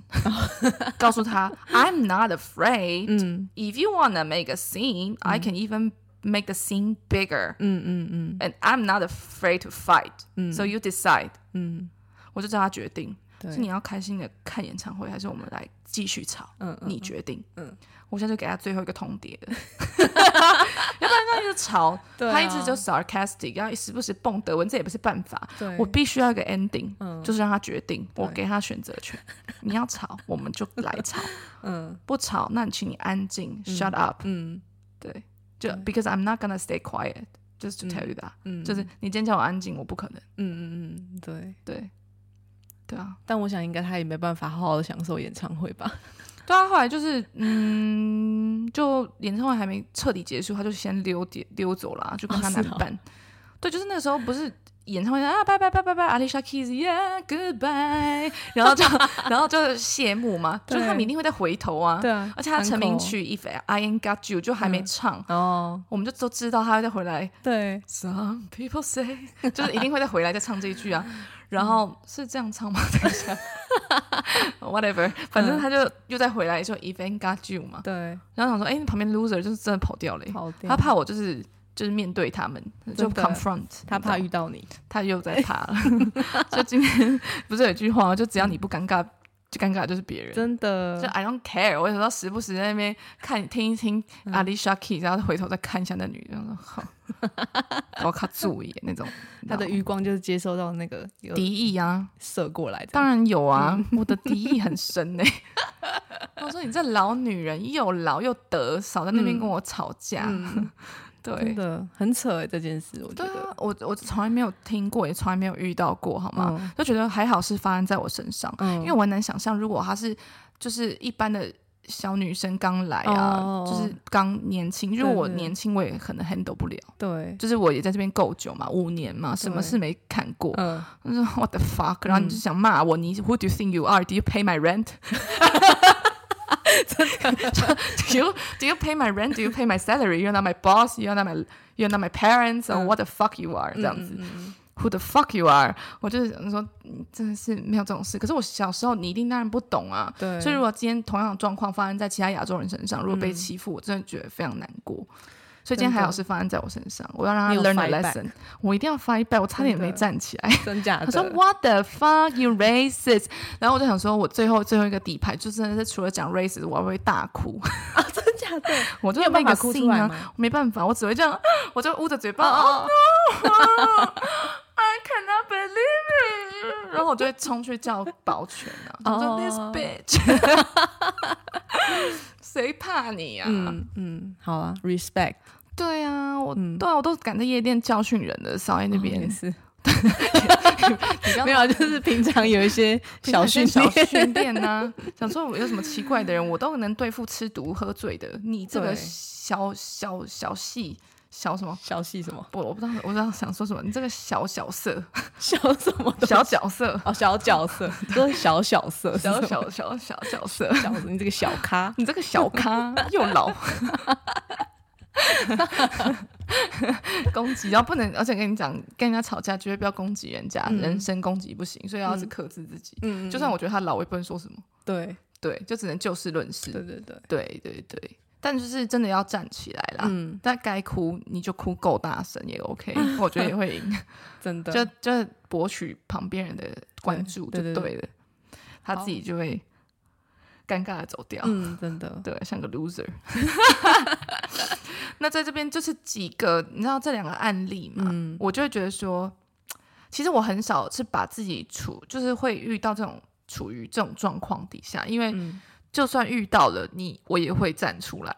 [LAUGHS] 告诉他 I'm not afraid、
嗯
If you wanna make a scene, I can even make the scene bigger,
嗯嗯嗯
and I'm not afraid to fight. So you decide.
嗯，
我就叫他决定。
对
是你要开心的看演唱会，还是我们来继续吵？
嗯嗯
你决定。
嗯，
我现在就给他最后一个通牒
[LAUGHS]
了，要不然他一直吵，
对啊
他一直就 sarcastic，然后时不时蹦德文，这也不是办法。
嗯对
我必须要一个 ending，、
嗯
就是让他决定，我
对
给他选择
[LAUGHS]
权。你要吵，我们就来吵；
嗯
不吵，那你请你安静、s h u t up。
嗯
对，就 because I'm not gonna stay quiet。Just to tell you that，、
嗯，
就是你今天叫我安静，我不可能。
嗯嗯嗯，对。
对，对啊，
但我想应该他也没办法好好的享受演唱会吧？
对啊。后来就是，嗯，就演唱会还没彻底结束，他就先溜跌溜走了啊、就跟
哦
他
是
男
哦
伴。对，就是那个时候不是。演唱会啊，拜拜拜拜拜，Alicia Keys，Yeah，Goodbye，然 [LAUGHS] 后就然后就谢幕嘛，就是他们
对
一定会再回头啊，
[LAUGHS] 啊
而且他成名曲《If I Ain't Got You》就还没唱，
哦，
我们就都知道他会再回
[LAUGHS]
来
对，
Some people say，就是一定会再回来再唱这一句
[LAUGHS]
啊。
嗯
然后是这样唱吗？等一下 [LAUGHS] ，whatever，反
嗯
正他就又再回来说 even got you 嘛。
对，
然后想说，哎、旁边 loser 就是真的跑掉了、
跑
他怕我就是就是面对他们，就
真的
confront，
他怕哎
你
遇
知道
到你，
吗他又在怕了。 [LAUGHS] 就今天不是有一句话吗？就只要你不尴尬，就尴尬就是别人。
嗯真的
就 I don't care，我有时候时不时在那边看听一听
嗯
Alicia Keys，然后回头再看一下那女的，然后说好，
[LAUGHS]
我靠注意那种
他
你知道吗
的余光就是接收到那个有
敌意啊，
射过来的，
当然有啊，
嗯
我的敌意很深呢、 [LAUGHS] 我说你这老女人又老又得，少在那边跟我吵架，
[LAUGHS] 嗯真
对。
的很扯哎，这件事我觉
对
得
啊，我我从来没有听过，也从来没有遇到过，好吗？
嗯
就觉得还好是发生在我身上，
嗯
因为我很难想象，如果她是就是一般的小女生刚来啊，
哦
就是刚年轻，如果我
对对
年轻，我也可能 handle 不了。
嗯对，
就是我也在这边够久嘛，五年嘛，什么事没看过。
嗯，
我就说 What the fuck？然后你就想骂我，你 Who do you think you are？Do you pay my rent？do [LAUGHS] you do you pay my rent? Do you pay my salary? You're not my boss. You're not my you're not my parents.
嗯
Or what the fuck you are？、这样子。Who the fuck you are？我就是想说，嗯真的是没有这种事。可是我小时候，你一定当然不懂啊。
对，嗯
所以如果今天同样的状况发生在其他亚洲人身上，如果被欺负，我真的觉得非常难过。所以今天
真的
还好是发生在我身上，我要让
你有
他 learn a
fight back
lesson，我一定要 fight back，我差点
真的
没站起来。
真假
他说
的，
What the fuck you racist？然后我就想说，我最后最后一个底牌就真的是除了讲 racist，我还会大哭，
[LAUGHS] 真假的，
我就
你有
那
办法
个
哭出
scene
来
啊
吗？
没办法，我只会这样，我就捂着嘴巴。哦
哦，
I cannot believe it！然后我就会冲去叫保全啊，我说
哦
This bitch，谁怕你啊？
嗯嗯，好啊，respect，
对啊，我、对啊，我都敢在夜店教训人的，少在那边、
嗯哦也是
你刚
[LAUGHS] 没有啊，就是平常有一 [LAUGHS] 些小训
小
练，
训练呐、想说我有什么奇怪的人，我都能对付吃毒喝醉的，你这个
对
小小小戏小什么？
小戏什么，
不，我不知道，我不知道想说什么。你这个小角色，
[LAUGHS] 小什么东西
小角色，
哦，小角 [LAUGHS] 色，都是小小色，
小
是什
小
么
小小角色，
小色，你这个小咖，
你这个小咖又老，攻击，然后不能，而且跟你讲，跟人家吵架绝对不要攻击人家，
嗯
人身攻击不行，所以要是克制自己。
嗯
就算我觉得他老，我也不能说什么，
对
对，就只能就事论事。
对对对，
对对对，但就是真的要站起来啦。
嗯，
但该哭你就哭够大声也
[LAUGHS]
OK，我觉得也会赢，
真的，
就就博取旁边人的关注就
对对
对了，
对
他
好
自己就会尴尬的走掉，
嗯，真的，
对，像个 loser。那在这边就是几个，你知道这两个案例嘛，
嗯
我就会觉得说，其实我很少是把自己处，就是会遇到这种处于这种状况底下，因为
嗯
就算遇到了你，我也会站出来，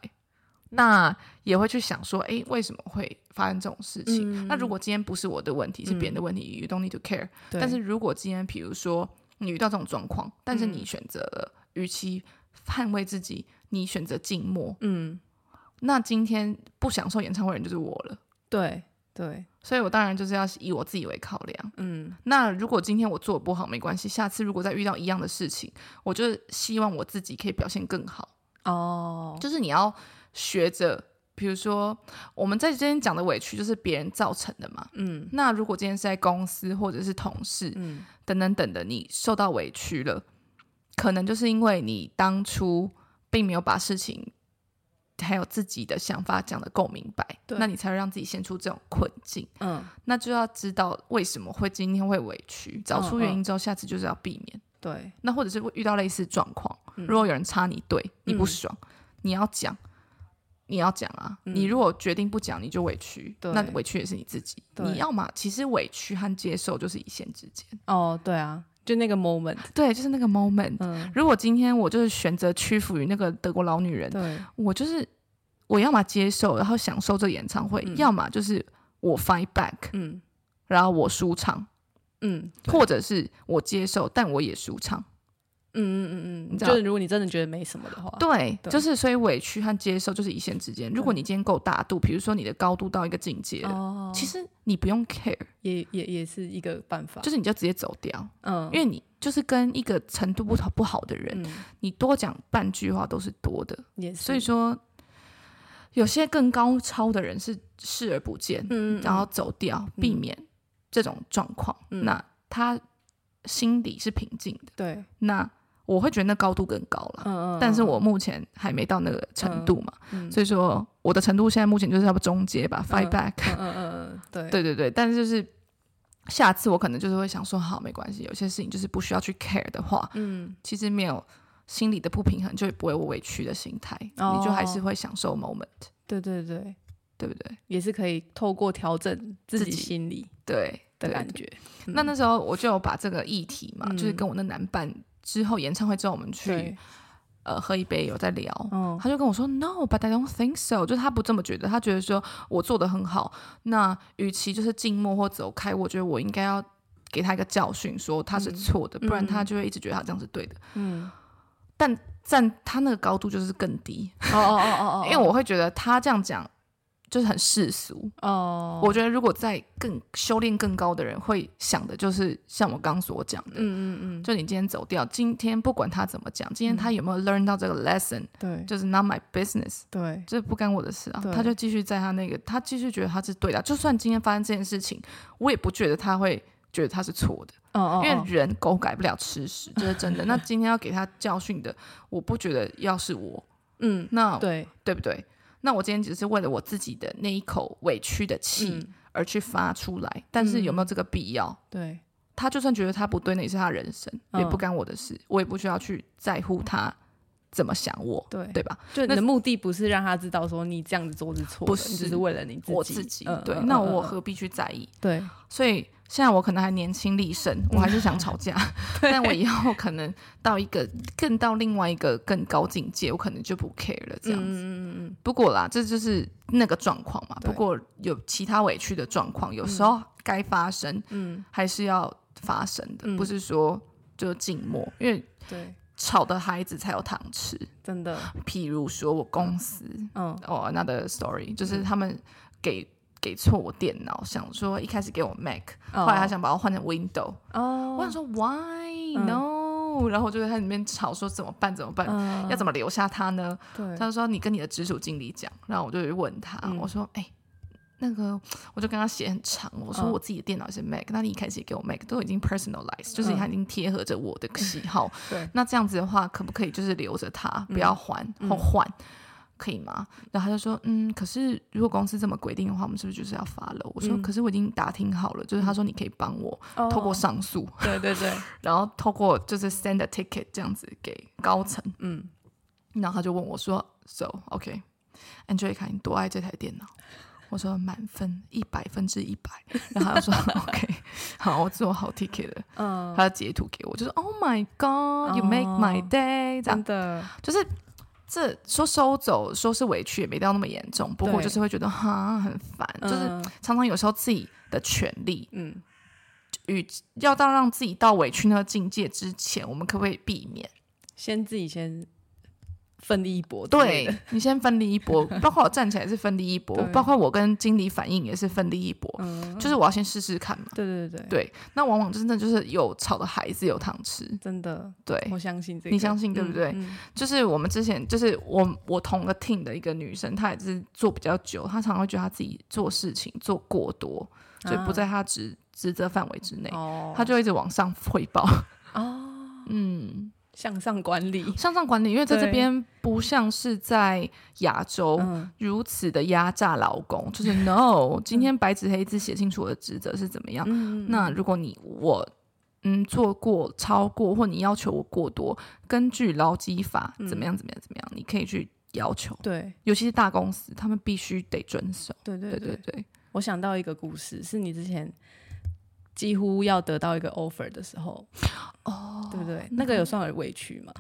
那也会去想说，诶，为什么会发生这种事情？
嗯
那如果今天不是我的问题，是别人的问题、y o u don't need to care。
对
但是如果今天比如说你遇到这种状况，但是你选择了，与其捍卫自己，你选择静默，
嗯，
那今天不享受演唱会的人就是我了。
对对，
所以我当然就是要以我自己为考量。
嗯
那如果今天我做的不好，没关系，下次如果再遇到一样的事情，我就是希望我自己可以表现更好。
哦，
就是你要学着，比如说我们在今天讲的委屈，就是别人造成的嘛。
嗯
那如果今天是在公司或者是同事
嗯
等等等的，你受到委屈了，可能就是因为你当初并没有把事情还有自己的想法讲得够明白，
对
那你才会让自己陷出这种困境。
嗯，
那就要知道为什么会今天会委屈，找出原因之后，下次就是要避免。
对，
那或者是会遇到类似状况，
嗯
如果有人插你队，你不爽，你要讲，你要讲啊！你如果决定不讲，你就委屈，
嗯对
那委屈也是你自己。
对
你要嘛，其实委屈和接受就是一线之间。
哦，对啊，就那个 moment，
对，就是那个 moment。
嗯，
如果今天我就是选择屈服于那个德国老女人，
对，
我就是我要么接受，然后享受这演唱会，要么就是我 fight back，
嗯
然后我舒畅，
嗯
或者是我接受，但我也舒畅。
嗯嗯嗯
你
嗯，
知
就
道
是如果你真的觉得没什么的话，
对，
对
就是所以委屈和接受就是一线之间。如果你今天够大度，比如说你的高度到一个境界了，
哦，
其实你不用 care，
也也也是一个办法，
就是你就直接走掉，
嗯，
因为你就是跟一个程度不同不好的人，
嗯
你多讲半句话都是多的。
也是，
所以说，有些更高超的人是视而不见，
嗯，嗯
然后走掉，避免这种状况。
嗯
那他心里是平静的，
对，
那我会觉得那高度更高了。
嗯嗯，
但是
嗯
我目前还没到那个程度嘛，
嗯
所以说我的程度现在目前就是要不中阶吧、f i g h t back，、 [LAUGHS]
嗯嗯嗯，嗯，
对对对，但是就是下次我可能就是会想说，好，没关系，有些事情就是不需要去 care 的话，
嗯，
其实没有心理的不平衡，就不会有委屈的心态，
哦
你就还是会享受 moment，
对对对，
对不对？
也是可以透过调整自
自
己
己
心理
对
的
对
感
对
觉，
那那时候我就有把这个议题嘛，
嗯
就是跟我那男伴之后演唱会之后我们去
对，
呃喝一杯，有在聊，
哦，
他就跟我说，No，but I don't think so。就是他不这么觉得，他觉得说我做的很好。那与其就是静默或走开，我觉得我应该要给他一个教训，说他是错的，
嗯
不然他就会一直觉得他这样是对的。
嗯，
但站他那个高度就是更低，
哦哦哦哦哦，
因为我会觉得他这样讲就是很世俗。
哦，
我觉得如果在更修炼更高的人会想的就是像我刚刚所讲的，
嗯嗯嗯，
就你今天走掉，今天不管他怎么讲，今天
嗯
他有没有 learn 到这个 lesson，、
对
就是 not my business。
对，
这不干我的事啊
对！
他就继续在他那个，他继续觉得他是对的啊。就算今天发生这件事情，我也不觉得他会觉得他是错的，
哦哦，
因
哦
为人狗改不了吃屎，这是真的。那今天要给他教训的，我不觉得要是我，
嗯，
那
对，
对不对？那我今天只是为了我自己的那一口委屈的气
嗯
而去发出来，但是有没有这个必要？
对，
他就算觉得他不对，那也是他人生，
嗯
也不干我的事，我也不需要去在乎他怎么想我，
对
对吧？
就你的目的不是让他知道说你这样子做是错的，
不
你只
是
是为了你自己。
我自己
嗯
对，
嗯
那
嗯
我
嗯
何必去在意？
对
所以现在我可能还年轻力盛，我还是想吵
[LAUGHS]
架，但我以后可能到一个更到另外一个更高境界，我可能就不 care 了这样子。
嗯嗯嗯
不过啦，这就是那个状况嘛。
对
不过有其他委屈的状况，有时候该发生
嗯，
还是要发生的，
嗯
不是说就静默，因为
对，
吵的孩子才有糖吃。
真的，
譬如说我公司，
嗯
哦、那 a n o t h e r story，就是他们给、给错我电脑，想说一开始给我 Mac，、
哦
后来他想把我换成 Window，、
哦，
我想说 Why、no？然后我就在里面吵说怎么办怎么办，
嗯
要怎么留下他呢？
对，
他就说你跟你的直属经理讲，然后我就问他，
嗯
我说哎。那个，我就跟他写很长。我说
嗯
我自己的电脑是 Mac，、那你一开始也给我 Mac，都已经 personalized，就是
嗯
他已经贴合着我的喜好。
[LAUGHS] 对嗯
那这样子的话，可不可以就是留着它，不要还或换，可以吗？然后他就说，嗯，可是如果公司这么规定的话，我们是不是就是要 follow？我说，
嗯
可是我已经打听好了，就是他说你可以帮我
哦
透过上诉，
对对
[LAUGHS]
对，
然后透过就是 send a ticket 这样子给高层。
嗯，
然后他就问我说，So OK，Angelica，、你多爱这台电脑？我说满分一百分之一百，然后他
[LAUGHS]
就说 OK，好，我做好 ticket 了。
嗯，
他截图给我，就是 Oh my God，you make my
哦
day，这样
真的，
就是这说收走，说是委屈也没到那么严重，不过
对
就是会觉得哈很烦，就是
嗯
常常有时候自己的权利
嗯，
与要到让自己到委屈那个境界之前，我们可不可以避免？
先自己先奋力一搏之类的， [LAUGHS]
对你先奋力一搏，包括我站起来是奋力一搏
对，
包括我跟经理反应也是奋力一搏，
嗯，
就是我要先试试看嘛。
对对对对，
对，那往往真的就是有吵的孩子有糖吃，
真的，
对，
我相信这个，
你相信对不
嗯
对？
嗯
就是我们之前，就是我我同个 team 的一个女生，她也是做比较久，她常常会觉得她自己做事情做过多，所以不在她职职责范围之内，
哦，
她就一直往上汇报。
哦，
[LAUGHS] 嗯，
向上管理，
向上管理，因为在
对
这边不像是在亚洲。
嗯，
如此的压榨劳工，就是
[LAUGHS]
no，今天白纸黑字写清楚我的职责是怎么样。
嗯
那如果你我嗯做过、超过或你要求我过多，根据劳基法
嗯
怎么样、怎么样、怎么样，你可以去要求。
对
尤其是大公司，他们必须得遵守。
对对
对
对
对，对，
我想到一个故事，是你之前几乎要得到一个 offer 的时候，
哦
对不对？那个有算有委屈吗？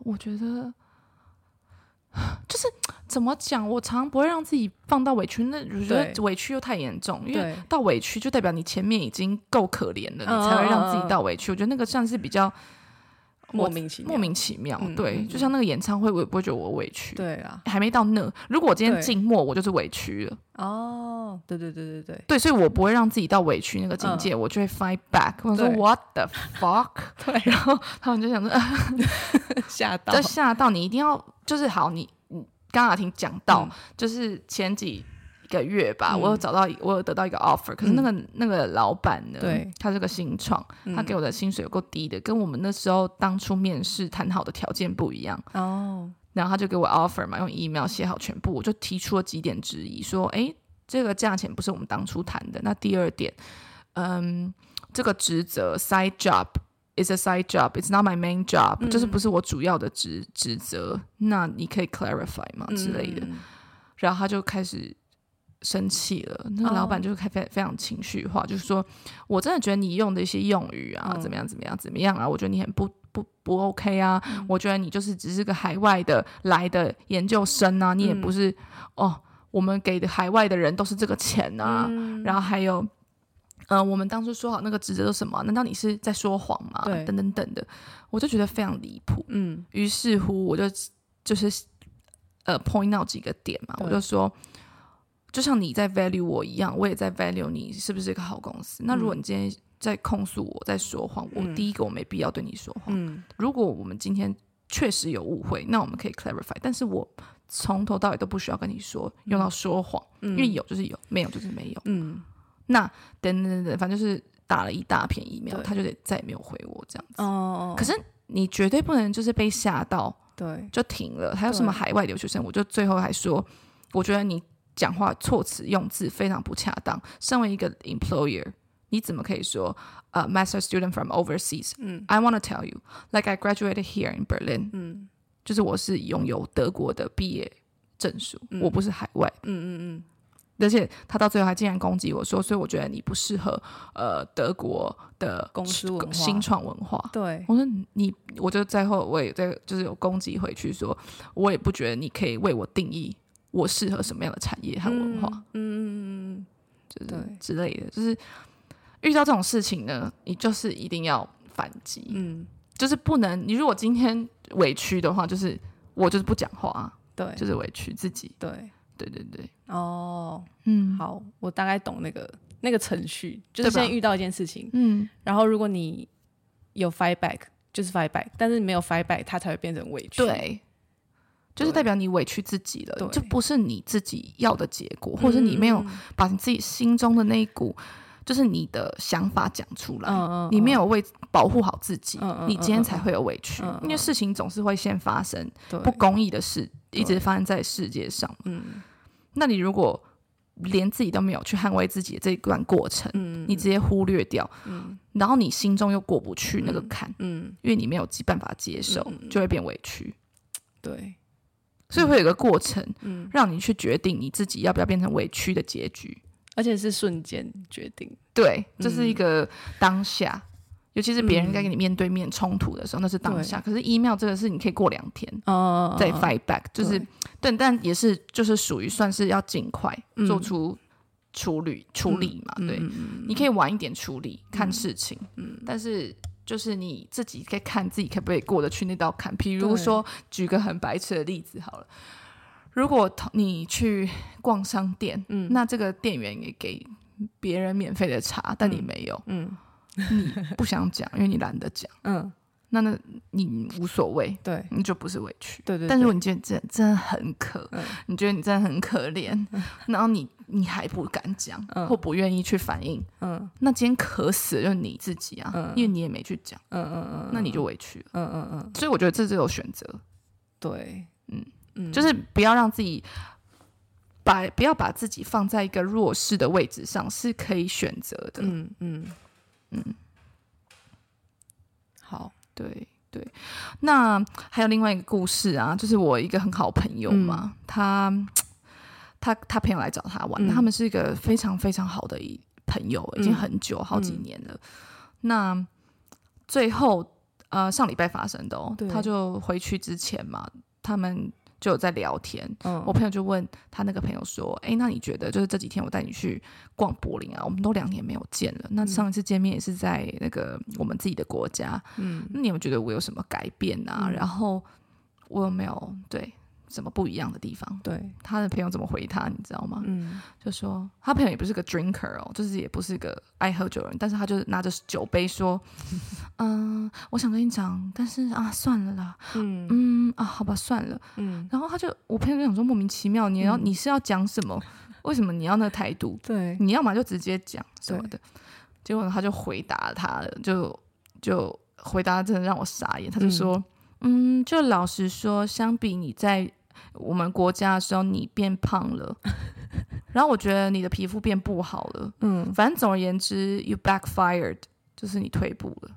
我觉得 [SIGHS] 就是怎么讲，我常常不会让自己放到委屈，那我觉
对
得委屈又太严重，因为
对
到委屈就代表你前面已经够可怜了，
嗯
你才会让自
嗯嗯
己到委屈。我觉得那个像是比较
莫
我
名其妙，
莫名其妙，
嗯
对，
嗯嗯
就像那个演唱会，我也不会觉得我委屈，
对啊，
还没到那。如果我今天
对
静默，我就是委屈了，
哦，对对对对对
对，所以我不会让自己到委屈那个境界，我就会 fight back，我说
嗯对
What the fuck，
[LAUGHS] 对，
然后他们就想说，呃
吓到
就 [LAUGHS] 吓到你，一定要就是好，你你刚刚有听讲到，
嗯
就是前几个月吧，
嗯
我有找到一，我有得到一个 offer，可是那个、那个老板呢，
对嗯
他是个新创，他给我的薪水有够低的，跟我们那时候当初面试谈好的条件不一样。
哦，
然后他就给我 offer 嘛，用 email 写好全部，我就提出了几点质疑，说，诶，这个价钱不是我们当初谈的。那第二点，嗯，这个职责 side job is a side job, it's not my main job，、就是不是我主要的职职责。那你可以 clarify 吗之类的。
嗯，
然后他就开始生气了，那
哦
个老板就开非非常情绪化，就是说我真的觉得你用的一些用语啊，
嗯
怎么样怎么样怎么样啊，我觉得你很不不不 OK 啊，
嗯
我觉得你就是只是个海外的来的研究生啊，你也
嗯
不是、哦，我们给的海外的人都是这个钱啊，
嗯
然后还有。嗯、我们当初说好那个职责是什么啊？难道你是在说谎吗？
对
等等等的，我就觉得非常离谱。
嗯
于是乎，我就就是呃 point out 几个点嘛，
对
我就说，就像你在 value 我一样，我也在 value 你是不是一个好公司。那如果你今天在控诉我在说谎，
嗯
我第一个我没必要对你说谎。
嗯
如果我们今天确实有误会，那我们可以 clarify。但是我从头到尾都不需要跟你说用到说谎，
嗯，
因为有就是有，没有就是没有。
嗯
那等等等等，反正就是打了一大片疫苗，
对
他就得再也没有回我这样子。
哦，
可
是
是你绝对不能就是被吓到，
对
就停了。还有什么
对
海外留学生？我就最后还说，我觉得你讲话措辞用字非常不恰当。身为一个 employer，你怎么可以说呃、master student from overseas？
嗯
I want to tell you, like I graduated here in Berlin，
嗯
就是我是拥有德国的毕业证书，
嗯
我不是海外。
嗯嗯
而且他到最后还竟然攻击我说，所以我觉得你不适合呃德国的
公司文化
新创文化
嗯，。对
我说你，我就在后我也在就是有攻击回去说，我也不觉得你可以为我定义我适合什么样的产业和文化，，
嗯嗯嗯嗯
就是
对
之类的。就是遇到这种事情呢，你就是一定要反击，
嗯，
就是不能你如果今天委屈的话，就是我就是不讲话啊，
对
就是委屈自己。
对
对对对，
哦，
嗯，，
好，我大概懂那个那个程序，就是
对吧
先遇到一件事情，
嗯，
然后如果你有 fight back，就是 fight back，但是没有 fight back，它才会变成委屈。，
对。就是
对
代表你委屈自己
对嗯
了，这不是你自己要的结果，或者是你没有把你自己心中的那一股，就是你的想法讲出来。
嗯嗯
你没有为保护好自己，
嗯嗯
你今天才会有委屈，
嗯嗯
因为事情总是会先发生，
对嗯
不公义的事
对
一直发生在世界上。
嗯
那你如果连自己都没有去捍卫自己的这一段过程，
嗯
你直接忽略掉，
嗯
然后你心中又过不去那个坎，
嗯
因为你没有办法接受，就会变委屈。
对
所以会有一个过程，
嗯，
让你去决定你自己要不要变成委屈的结局。
而且是瞬间决定。
对，这是一个当下，尤其是别人在跟你面对面冲突的时候，那是当下。可是 email 这个是你可以过两天
哦
再 fight back，、就是
对
对，但也是就是属于算是要尽快
嗯
做出处理、处理嘛，对，你可以晚一点处理看事情，嗯，但是。就是你自己可以看自己可不可以过得去那道坎。比如说，举个很白痴的例子好了，如果同你去逛商店，
嗯
那这个店员也给别人免费的茶，但你
嗯
没有，
嗯
你不想讲，因为你懒得讲，
嗯，
那那你无所谓，
对
你就不是委屈。
对对，
但如
对
果你觉得真真的很可，
嗯
你觉得你真的很可怜，然后你你还不敢讲、
嗯
或不愿意去反应，
嗯
那今天渴死的就是你自己啊，
嗯
因为你也没去讲，
嗯嗯嗯，
那你就委屈了。
嗯嗯嗯
所以我觉得这只有选择，
对，
嗯
嗯，
就是不要让自己把不要把自己放在一个弱势
嗯
的位置上，是可以选择的。
嗯嗯嗯，
对对，那还有另外一个故事啊，就是我一个很好朋友嘛，他他他朋友来找他玩，
嗯
他们是一个非常非常好的一朋友，已经
嗯
很久好几年了。那最后呃上礼拜发生的哦
对，
他就回去之前嘛，他们就有在聊天，
嗯
我朋友就问他那个朋友说：“哎、那你觉得就是这几天我带你去逛柏林啊，我们都两年没有见了，
嗯
那上一次见面也是在那个我们自己的国家，
嗯
那你有没有觉得我有什么改变啊？
嗯
然后我有没有对什么不一样的地方？”
对
他的朋友怎么回他，你知道吗？
嗯
就说他朋友也不是个 drinker 哦，就是也不是个爱喝酒的人，但是他就是拿着酒杯说：“嗯，我想跟你讲，但是啊，算了啦，
嗯
嗯啊，好吧，算了。” [LAUGHS]
嗯
然后他就，我朋友就想说莫名其妙，你要、
嗯
你是要讲什么？为什么你要那个态度？
对
你要么就直接讲什么的。结果他就回答他了，就就回答真的让我傻眼。他就说，嗯就老实说，相比你在我们国家的时候，你变胖了， [LAUGHS] 然后我觉得你的皮肤变不好了。
嗯
反正总而言之，you backfired，就是你退步了。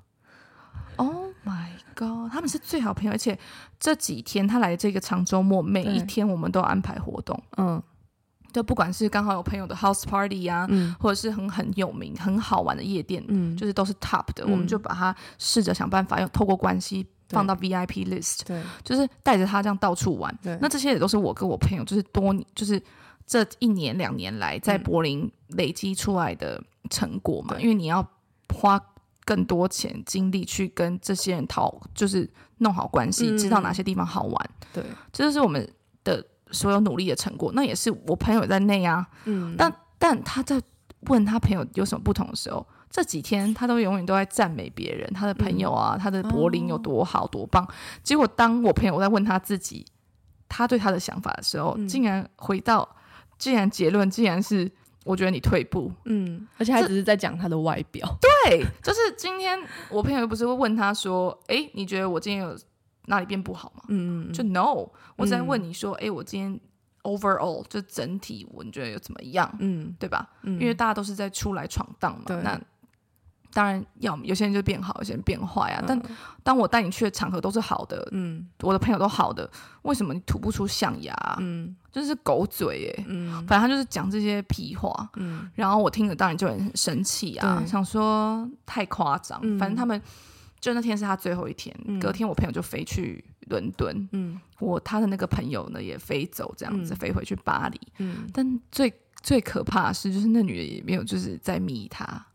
Oh
哦
my god，他们是最好朋友，而且这几天他来这个长周末，每一
对
天我们都有安排活动，
嗯
就不管是刚好有朋友的 house party 啊，
嗯
或者是很很有名、很好玩的夜店，
嗯
就是都是 top 的，
嗯
我们就把它试着想办法用透过关系
对
放到 VIP list，
对
就是带着他这样到处玩。
对
那这些也都是我跟我朋友，就是多年，就是这一年两年来在柏林累积出来的成果嘛。
嗯对
因为你要花更多钱精力去跟这些人讨，就是弄好关系，
嗯
知道哪些地方好玩，
对
这就是我们的所有努力的成果。那也是我朋友在内啊，
嗯
但但他在问他朋友有什么不同的时候。这几天他都永远都在赞美别人，他的朋友
嗯
啊，他的柏林有多好、多棒。结果当我朋友在问他自己，他对他的想法的时候，
嗯
竟然回到，竟然结论竟然是我觉得你退步。
嗯，而且还
这
只是在讲他的外表，
对，就是今天我朋友不是会问他说，诶，你觉得我今天有哪里变不好吗？
嗯嗯
就 no，我只在
嗯
问你说，诶，我今天 overall 就整体我你觉得有怎么样，
嗯
对吧？
嗯，
因为大家都是在出来闯荡嘛
对。
那当然要么有些人就变好，有些人变坏啊。
嗯
但当我带你去的场合都是好的，
嗯
我的朋友都好的，为什么你吐不出象牙啊、
嗯
就是狗嘴耶、
嗯
反正他就是讲这些屁话，
嗯
然后我听了当然就很生气啊
对，
想说太夸张。
嗯
反正他们就那天是他最后一天，
嗯
隔天我朋友就飞去伦敦，
嗯
我他的那个朋友呢也飞走，这样子、
嗯
飞回去巴黎。
嗯，
但最最可怕的是，就是那女的也没有就是在迷他，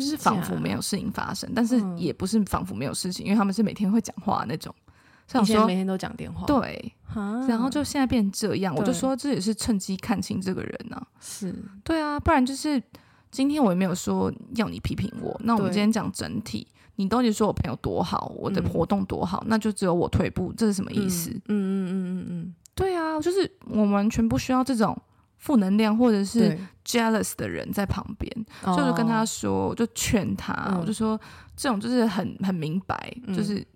就是是仿
假
佛没有事情发生，但是
嗯
也不是仿佛没有事情，因为他们是每天会讲话的那种。想
以前
说
每天都讲电话，
对，
啊，
然后就现在变这样，我就
对
说这也是趁机看清这个人啊。
是
对啊，不然就是今天我也没有说要你批评我，那我们
对
今天讲整体。你到底说我朋友多好，我的
嗯
活动多好，那就只有我退步，这是什么意思？
嗯嗯嗯嗯嗯，
对啊，就是我完全不需要这种负能量或者是
对，
jealous 的人在旁边。
就
就是跟他说，我就劝他，
哦嗯
我就说这种就是很很明白，
嗯
就是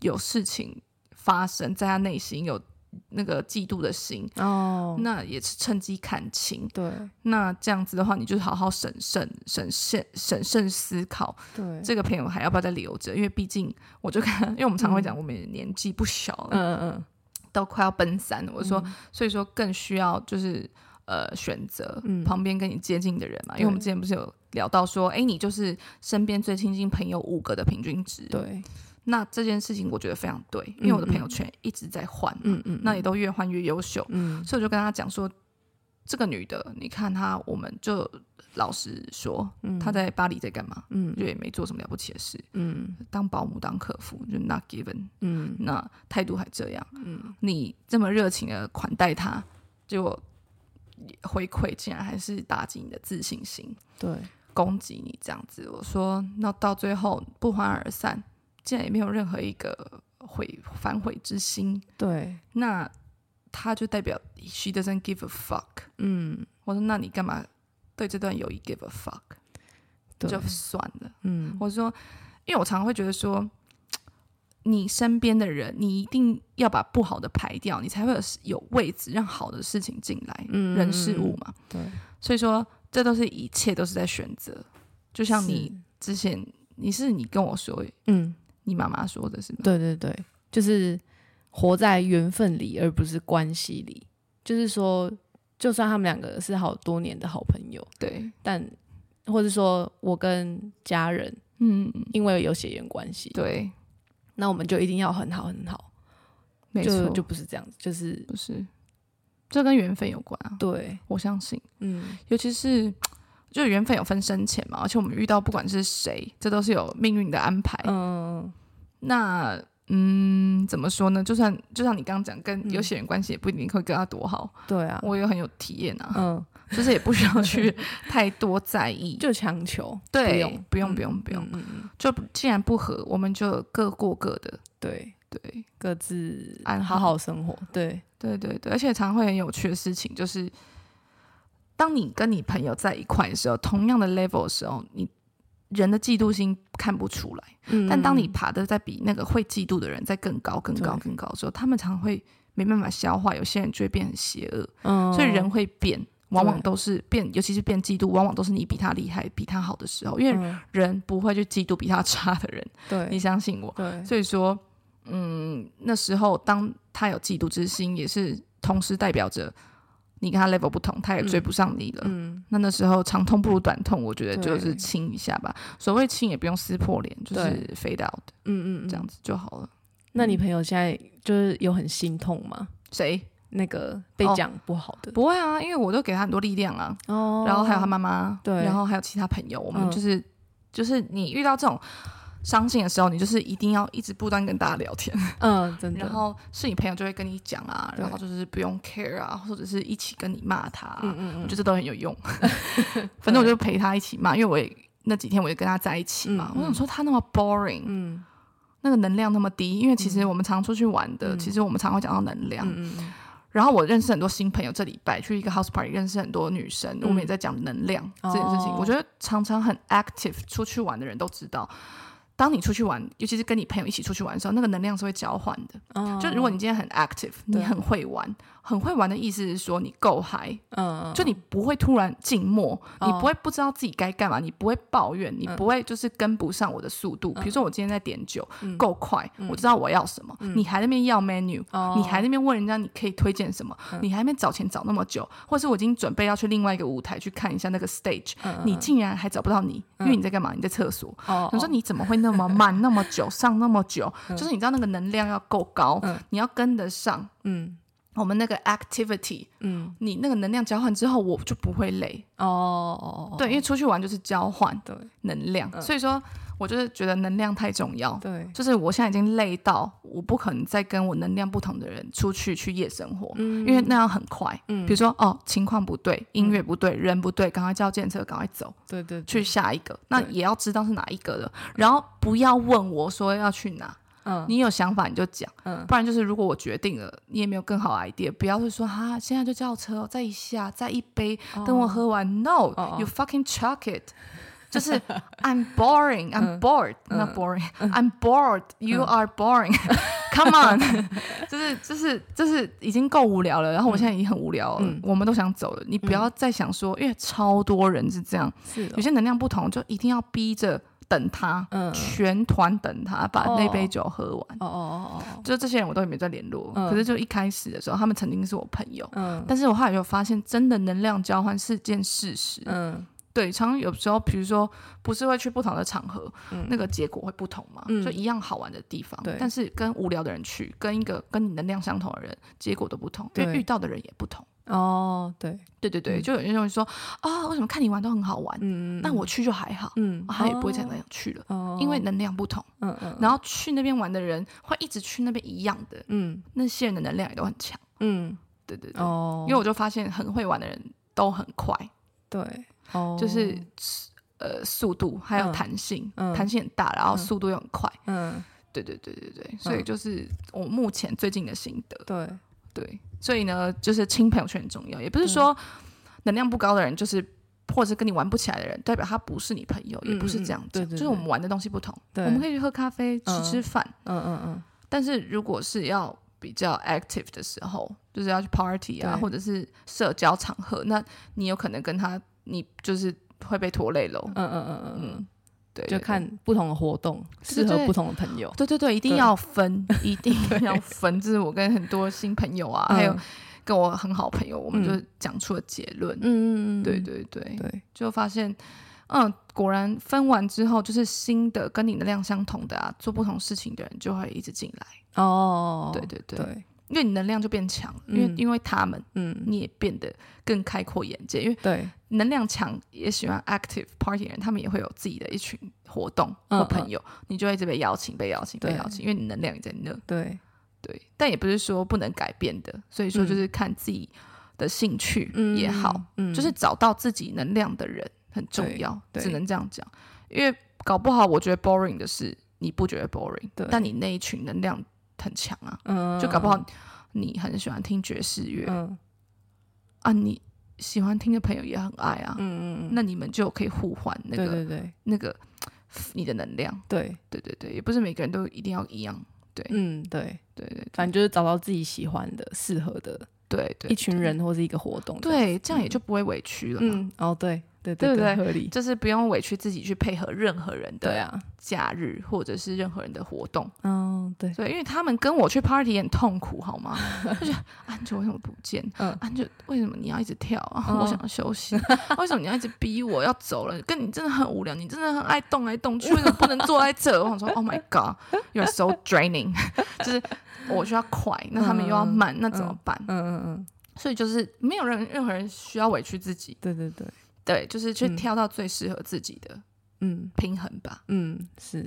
有事情发生在他内心有那个嫉妒的心，
哦，
那也是趁机看清。
对
那这样子的话，你就好好审慎、审慎、审慎思考，
对，
这个朋友还要不要再留着？因为毕竟，我就看，因为我们常会讲，我们也年纪不小了，
嗯嗯，
都快要奔三了。我说，所以说更需要就是呃选择
嗯
旁边跟你接近的人嘛，因
对
为我们之前不是有聊到说，哎，你就是身边最亲近朋友五个的平均值。，
对，
那这件事情我觉得非常对，因为我的朋友圈一直在换，
嗯嗯，
那也都越换越优秀，
嗯
所以我就跟他讲说，这个女的，你看她，我们就老实说，
嗯，
她在巴黎在干嘛？
嗯
就也没做什么了不起的事，
嗯
当保姆、当客服，就 not given。
嗯
那态度还这样，
嗯
你这么热情的款待他，结果回馈竟然还是打击你的自信心，
对，
攻击你这样子。我说，那到最后不欢而散，竟然也没有任何一个悔反悔之心，
对，
那他就代表 she doesn't give a fuck。
嗯
我说，那你干嘛对这段友谊 give a fuck？
对，
就算了。
嗯
我说，因为我常常会觉得说，你身边的人，你一定要把不好的排掉，你才会有有位置让好的事情进来，
嗯
人事物嘛。
对，
所以说，这都是一切都是在选择。就像你之前，你是你跟我说，
嗯
你你妈妈说的是吗？
对对对，就是活在缘分里，而不是关系里。就是说，就算他们两个是好多年的好朋友，
对，
但或者说我跟家人
嗯，
因为有血缘关系，
对，
那我们就一定要很好很好，
没
就
错，
就不是这样子，就是
不是，这跟缘分有关啊，
对，
我相信，
嗯，
尤其是。就缘分有分深浅嘛，而且我们遇到不管是谁，这都是有命运的安排。
嗯，
那嗯，怎么说呢？就算就像你刚刚讲，跟有
嗯
血缘关系也不一定会跟他多好，
对啊，
我也很有体验啊， [LAUGHS]
嗯，
就是也不需要
[LAUGHS]
去太多在意。
就强求，
对
不用，
不用
嗯
不用不用
嗯嗯嗯，
就既然不合，我们就各过各的。
对，
对
各自
安
呃好好生活，对，
对对对，而且常会很有趣的事情就是，当你跟你朋友在一块的时候，同样的 level 的时候，你人的嫉妒心看不出来。
嗯
但当你爬的在比那个会嫉妒的人在更高、更高、
对
更高的时候，他们常会没办法消化，有些人就会变很邪恶，
嗯，
所以人会变。往往
对
都是变，尤其是变嫉妒，往往都是你比他厉害、比他好的时候，因为
嗯
人不会去嫉妒比他差的人。你
对
相信我，
对，
所以说，嗯，那时候当他有嫉妒之心，也是同时代表着你跟他 level 不同，他也追不上你了。
嗯，
那那时候长痛不如短痛，我觉得就
对
是亲一下吧。所谓亲也不用撕破脸，就是
对
fade out
嗯嗯，嗯
这样。子就好了。
那你朋友现在就是有很心痛吗？
谁
那个被
哦
讲不好的
不会啊？因为我都给他很多力量啊，
哦
然后还有他妈妈，
对
然后还有其他朋友，我们
嗯
就是、就是你遇到这种伤心的时候，你就是一定要一直不断跟大家聊天。
嗯，真的，
然后是你朋友就会跟你讲啊，
对
然后就是不用 care 啊，或者是一起跟你骂他、啊，
嗯嗯
我
嗯，
觉得这都很有
[LAUGHS]
用。反正我就陪他一起骂，因为我也那几天我也跟他在一起嘛，
嗯嗯
我想说他那么 boring，、
嗯
那个能量那么低，因为其实我们常出去玩的，
嗯
其实我们常会讲到能量。
嗯嗯嗯，
然后我认识很多新朋友，这礼拜去一个 house party 认识很多女生，我们也在讲能量这件事情。
嗯哦
我觉得常常很 active 出去玩的人都知道。当你出去玩，尤其是跟你朋友一起出去玩的时候，那个能量是会交换的。
哦
就如果你今天很 active，
对
你很会玩，很会玩的意思是说你够嗨，
嗯
就你不会突然静默，
哦
你不会不知道自己该干嘛，你不会抱怨，你
嗯
不会就是跟不上我的速度。比如说我今天在点酒
嗯，
够快，我知道我要什么，你还在那边要 menu。
哦嗯
你还在那边问人家你可以推荐什么，你还没找钱找那么久，或是我已经准备要去另外一个舞台去看一下那个 stage，、
嗯
你竟然还找不到你，因为你在干嘛？你在厕所。
哦，
你说你怎么会那么慢那么久上那么久？就是你知道那个能量要够高，
嗯
你要跟得上
嗯
我们那个 activity，
嗯
你那个能量交换之后，我就不会累。
哦哦哦，
对，因为出去玩就是交换
对嗯
能量，所以说我就是觉得能量太重要。
对，
就是我现在已经累到，我不可能再跟我能量不同的人出去去夜生活，
嗯
因为那样很快。
嗯
比如说哦，情况不对，音乐不对，人不对，赶快叫建车，赶快走。
对对
去下一个，那
对
也要知道是哪一个的，然后不要问我说要去哪，
嗯
你有想法你就讲，
嗯
不然就是如果我决定了，你也没有更好的 idea，不要是说哈，现在就叫车哦，再一下，再一杯，等我喝完、n o
哦
you fucking chuck it，就是
[LAUGHS]
I'm boring, I'm
嗯
bored,、not boring, I'm bored,
[LAUGHS]
you are boring, [LAUGHS] come on，就是就是就是已经够无聊了，然后我现在已经很无聊了，
嗯
我们都想走了，你不要再想说，因为超多人是这样。
是
有
的，
些能量不同，就一定要逼着等他，
嗯
全团等他把
哦
那杯酒喝完。
哦哦哦哦，
就这些人我都也没在联络，
嗯
可是就一开始的时候，他们曾经是我朋友，
嗯
但是我后来有发现，真的能量交换是件事实。
嗯
对，常常有时候，比如说不是会去不同的场合，
嗯
那个结果会不同嘛，
嗯
就一样好玩的地方
对，
但是跟无聊的人去，跟一个跟你能量相同的人，结果都不同，因为
对
遇到的人也不同。
哦对，
对对对，
嗯
就有些人说啊，为什么看你玩都很好玩，
嗯
那我去就还好，
嗯
他也不会再那样去了。
哦，
因为能量不同，
嗯嗯
然后去那边玩的人会一直去那边一样的，
嗯
那些人的能量也都很强。
嗯
对对对，
哦，
因为我就发现很会玩的人都很快，
对哦
就是呃速度还有弹性，
嗯
弹性很大，然后速度又很快。
嗯
对对对对对，所以就是我目前最近的心得。
对
对，所以呢，就是亲朋友圈很重要，也不是说
嗯
能量不高的人就是。或者是跟你玩不起来的人，代表他不是你朋友，也不是
嗯嗯
这样
对
讲，就
对对
是我们玩的东西不同。我
对
们可以去喝咖啡、吃吃饭，
嗯嗯嗯
但是如果是要比较 active 的时候，就是要去 party 啊，
对
或者是社交场合，那你有可能跟他，你就是会被拖累喽。
嗯嗯嗯嗯嗯。
对，
就
对
看不同的活动
对
适
对
合不同的朋友。
对对对，一定
对
要
[LAUGHS]
分，一定要分。这是我跟很多新朋友啊，还有
嗯
跟我很好的朋友，我们
嗯
就讲出了结论。
嗯嗯嗯，
对对对，
对，
就发现，嗯，果然分完之后，就是新的跟你能量相同的啊，做不同事情的人就会一直进来。
哦，
对对对，
对，
因为你能量就变强，因为、
嗯
因为他们
嗯，
你也变得更开阔眼界，因为
对，
能量强也喜欢 active party 的人，他们也会有自己的一群活动
嗯
或朋友，你就会一直被邀请、被邀请、被
对
邀请，因为你能量也在那。
对，
对，但也不是说不能改变的，所以说就是看自己的兴趣
嗯
也好，，
嗯，
就是找到自己能量的人很重要，
对对
只能这样讲，因为搞不好我觉得 boring 的事，你不觉得 boring，
对
但你那一群能量很强啊，
嗯，
就搞不好你很喜欢听爵士乐、
嗯，
啊，你喜欢听的朋友也很爱啊
嗯，嗯嗯，
那你们就可以互换那个
对对对
那个你的能量，
对，
对对对，也不是每个人都一定要一样，
嗯对，
对对
反正就是找到自己喜欢的、适合的
对对，
一群人或是一个活动。，
对，这样也就不会委屈了嘛。
嗯，哦对对
对不
对，
对
合理。
就是不用委屈自己去配合任何人
对
的
啊，
假日或者是任何人的活动，
嗯对，
对，因为他们跟我去 party 很痛苦，好吗？就觉得 [LAUGHS] 安九为什么不见？
嗯
安九为什么你要一直跳啊？ [LAUGHS]
嗯
我想要休息。为什么你要一直逼我要走了？跟你真的很无聊，你真的很爱动来动去，为什么不能坐在这？我想说，Oh my God，you are so draining。就是 [LAUGHS] 我需要快，那他们又要慢，那怎么办？
嗯嗯嗯，
所以就是没有人任何人需要委屈自己，
对对对，
对，就是去
嗯
挑到最适合自己的
嗯
平衡吧。
嗯是，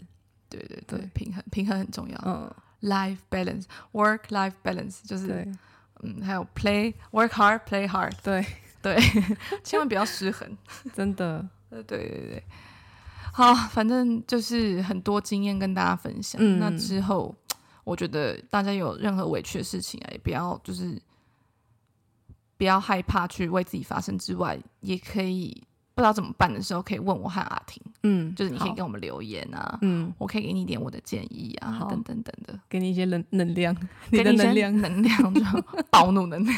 对对对，
对
平衡平衡很重要。
嗯
Life balance, work life balance 就是
对
嗯，还有 play work hard, play hard， [LAUGHS]
对，
对，千万不要失衡。
真 [LAUGHS] 的，
呃，对对对。好，反正就是很多经验跟大家分享。
嗯
那之后，我觉得大家有任何委屈的事情啊，也不要就是不要害怕去为自己发声之外，也可以不知道怎么办的时候，可以问我和阿婷，
嗯，
就是你可以
好
给我们留言啊，
嗯，
我可以给你一点我的建议啊，
好
等等等的。
给你一些能能量，你的
给一些
能 [LAUGHS] 量
能量就暴怒能
[LAUGHS]
量。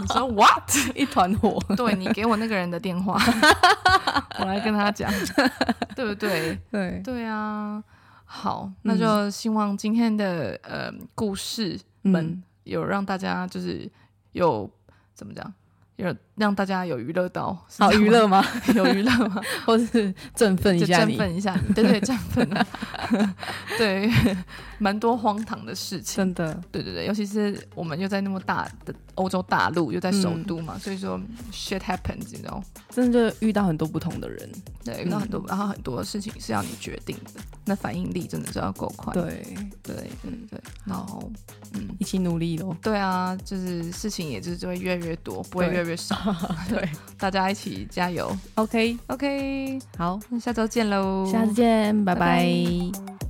你说 what？
一团 [LAUGHS] 火，
对你给我那个人的电话，我来跟他讲， [LAUGHS] 对不对？
对，
对啊，好，
嗯
那就希望今天的呃故事们
嗯
有让大家就是有怎么讲，有让大家有娱乐到，是
好
这样
娱乐吗？ [LAUGHS]
吗 [LAUGHS] 有娱乐吗？
或是振奋一
就
下
振
你？
奋一下你，对对，振奋啊， [LAUGHS] 对，蛮多荒唐的事情。
真的，
对对对，尤其是我们又在那么大的欧洲大陆，又在首
嗯
都嘛，所以说 shit happens，你知道？
真的就遇到很多不同的人，
对，遇
嗯
到很多，然后很多事情是要你决定的，那反应力真的是要够快。
对，
对对对，然后嗯，
一起努力咯。
对啊，就是事情也就是就会越来越多，不会
对
越来越少，
[LAUGHS] 对
大家一起加油。
，OK，
OK，
好，
那下周见喽，
下次见，拜
拜
拜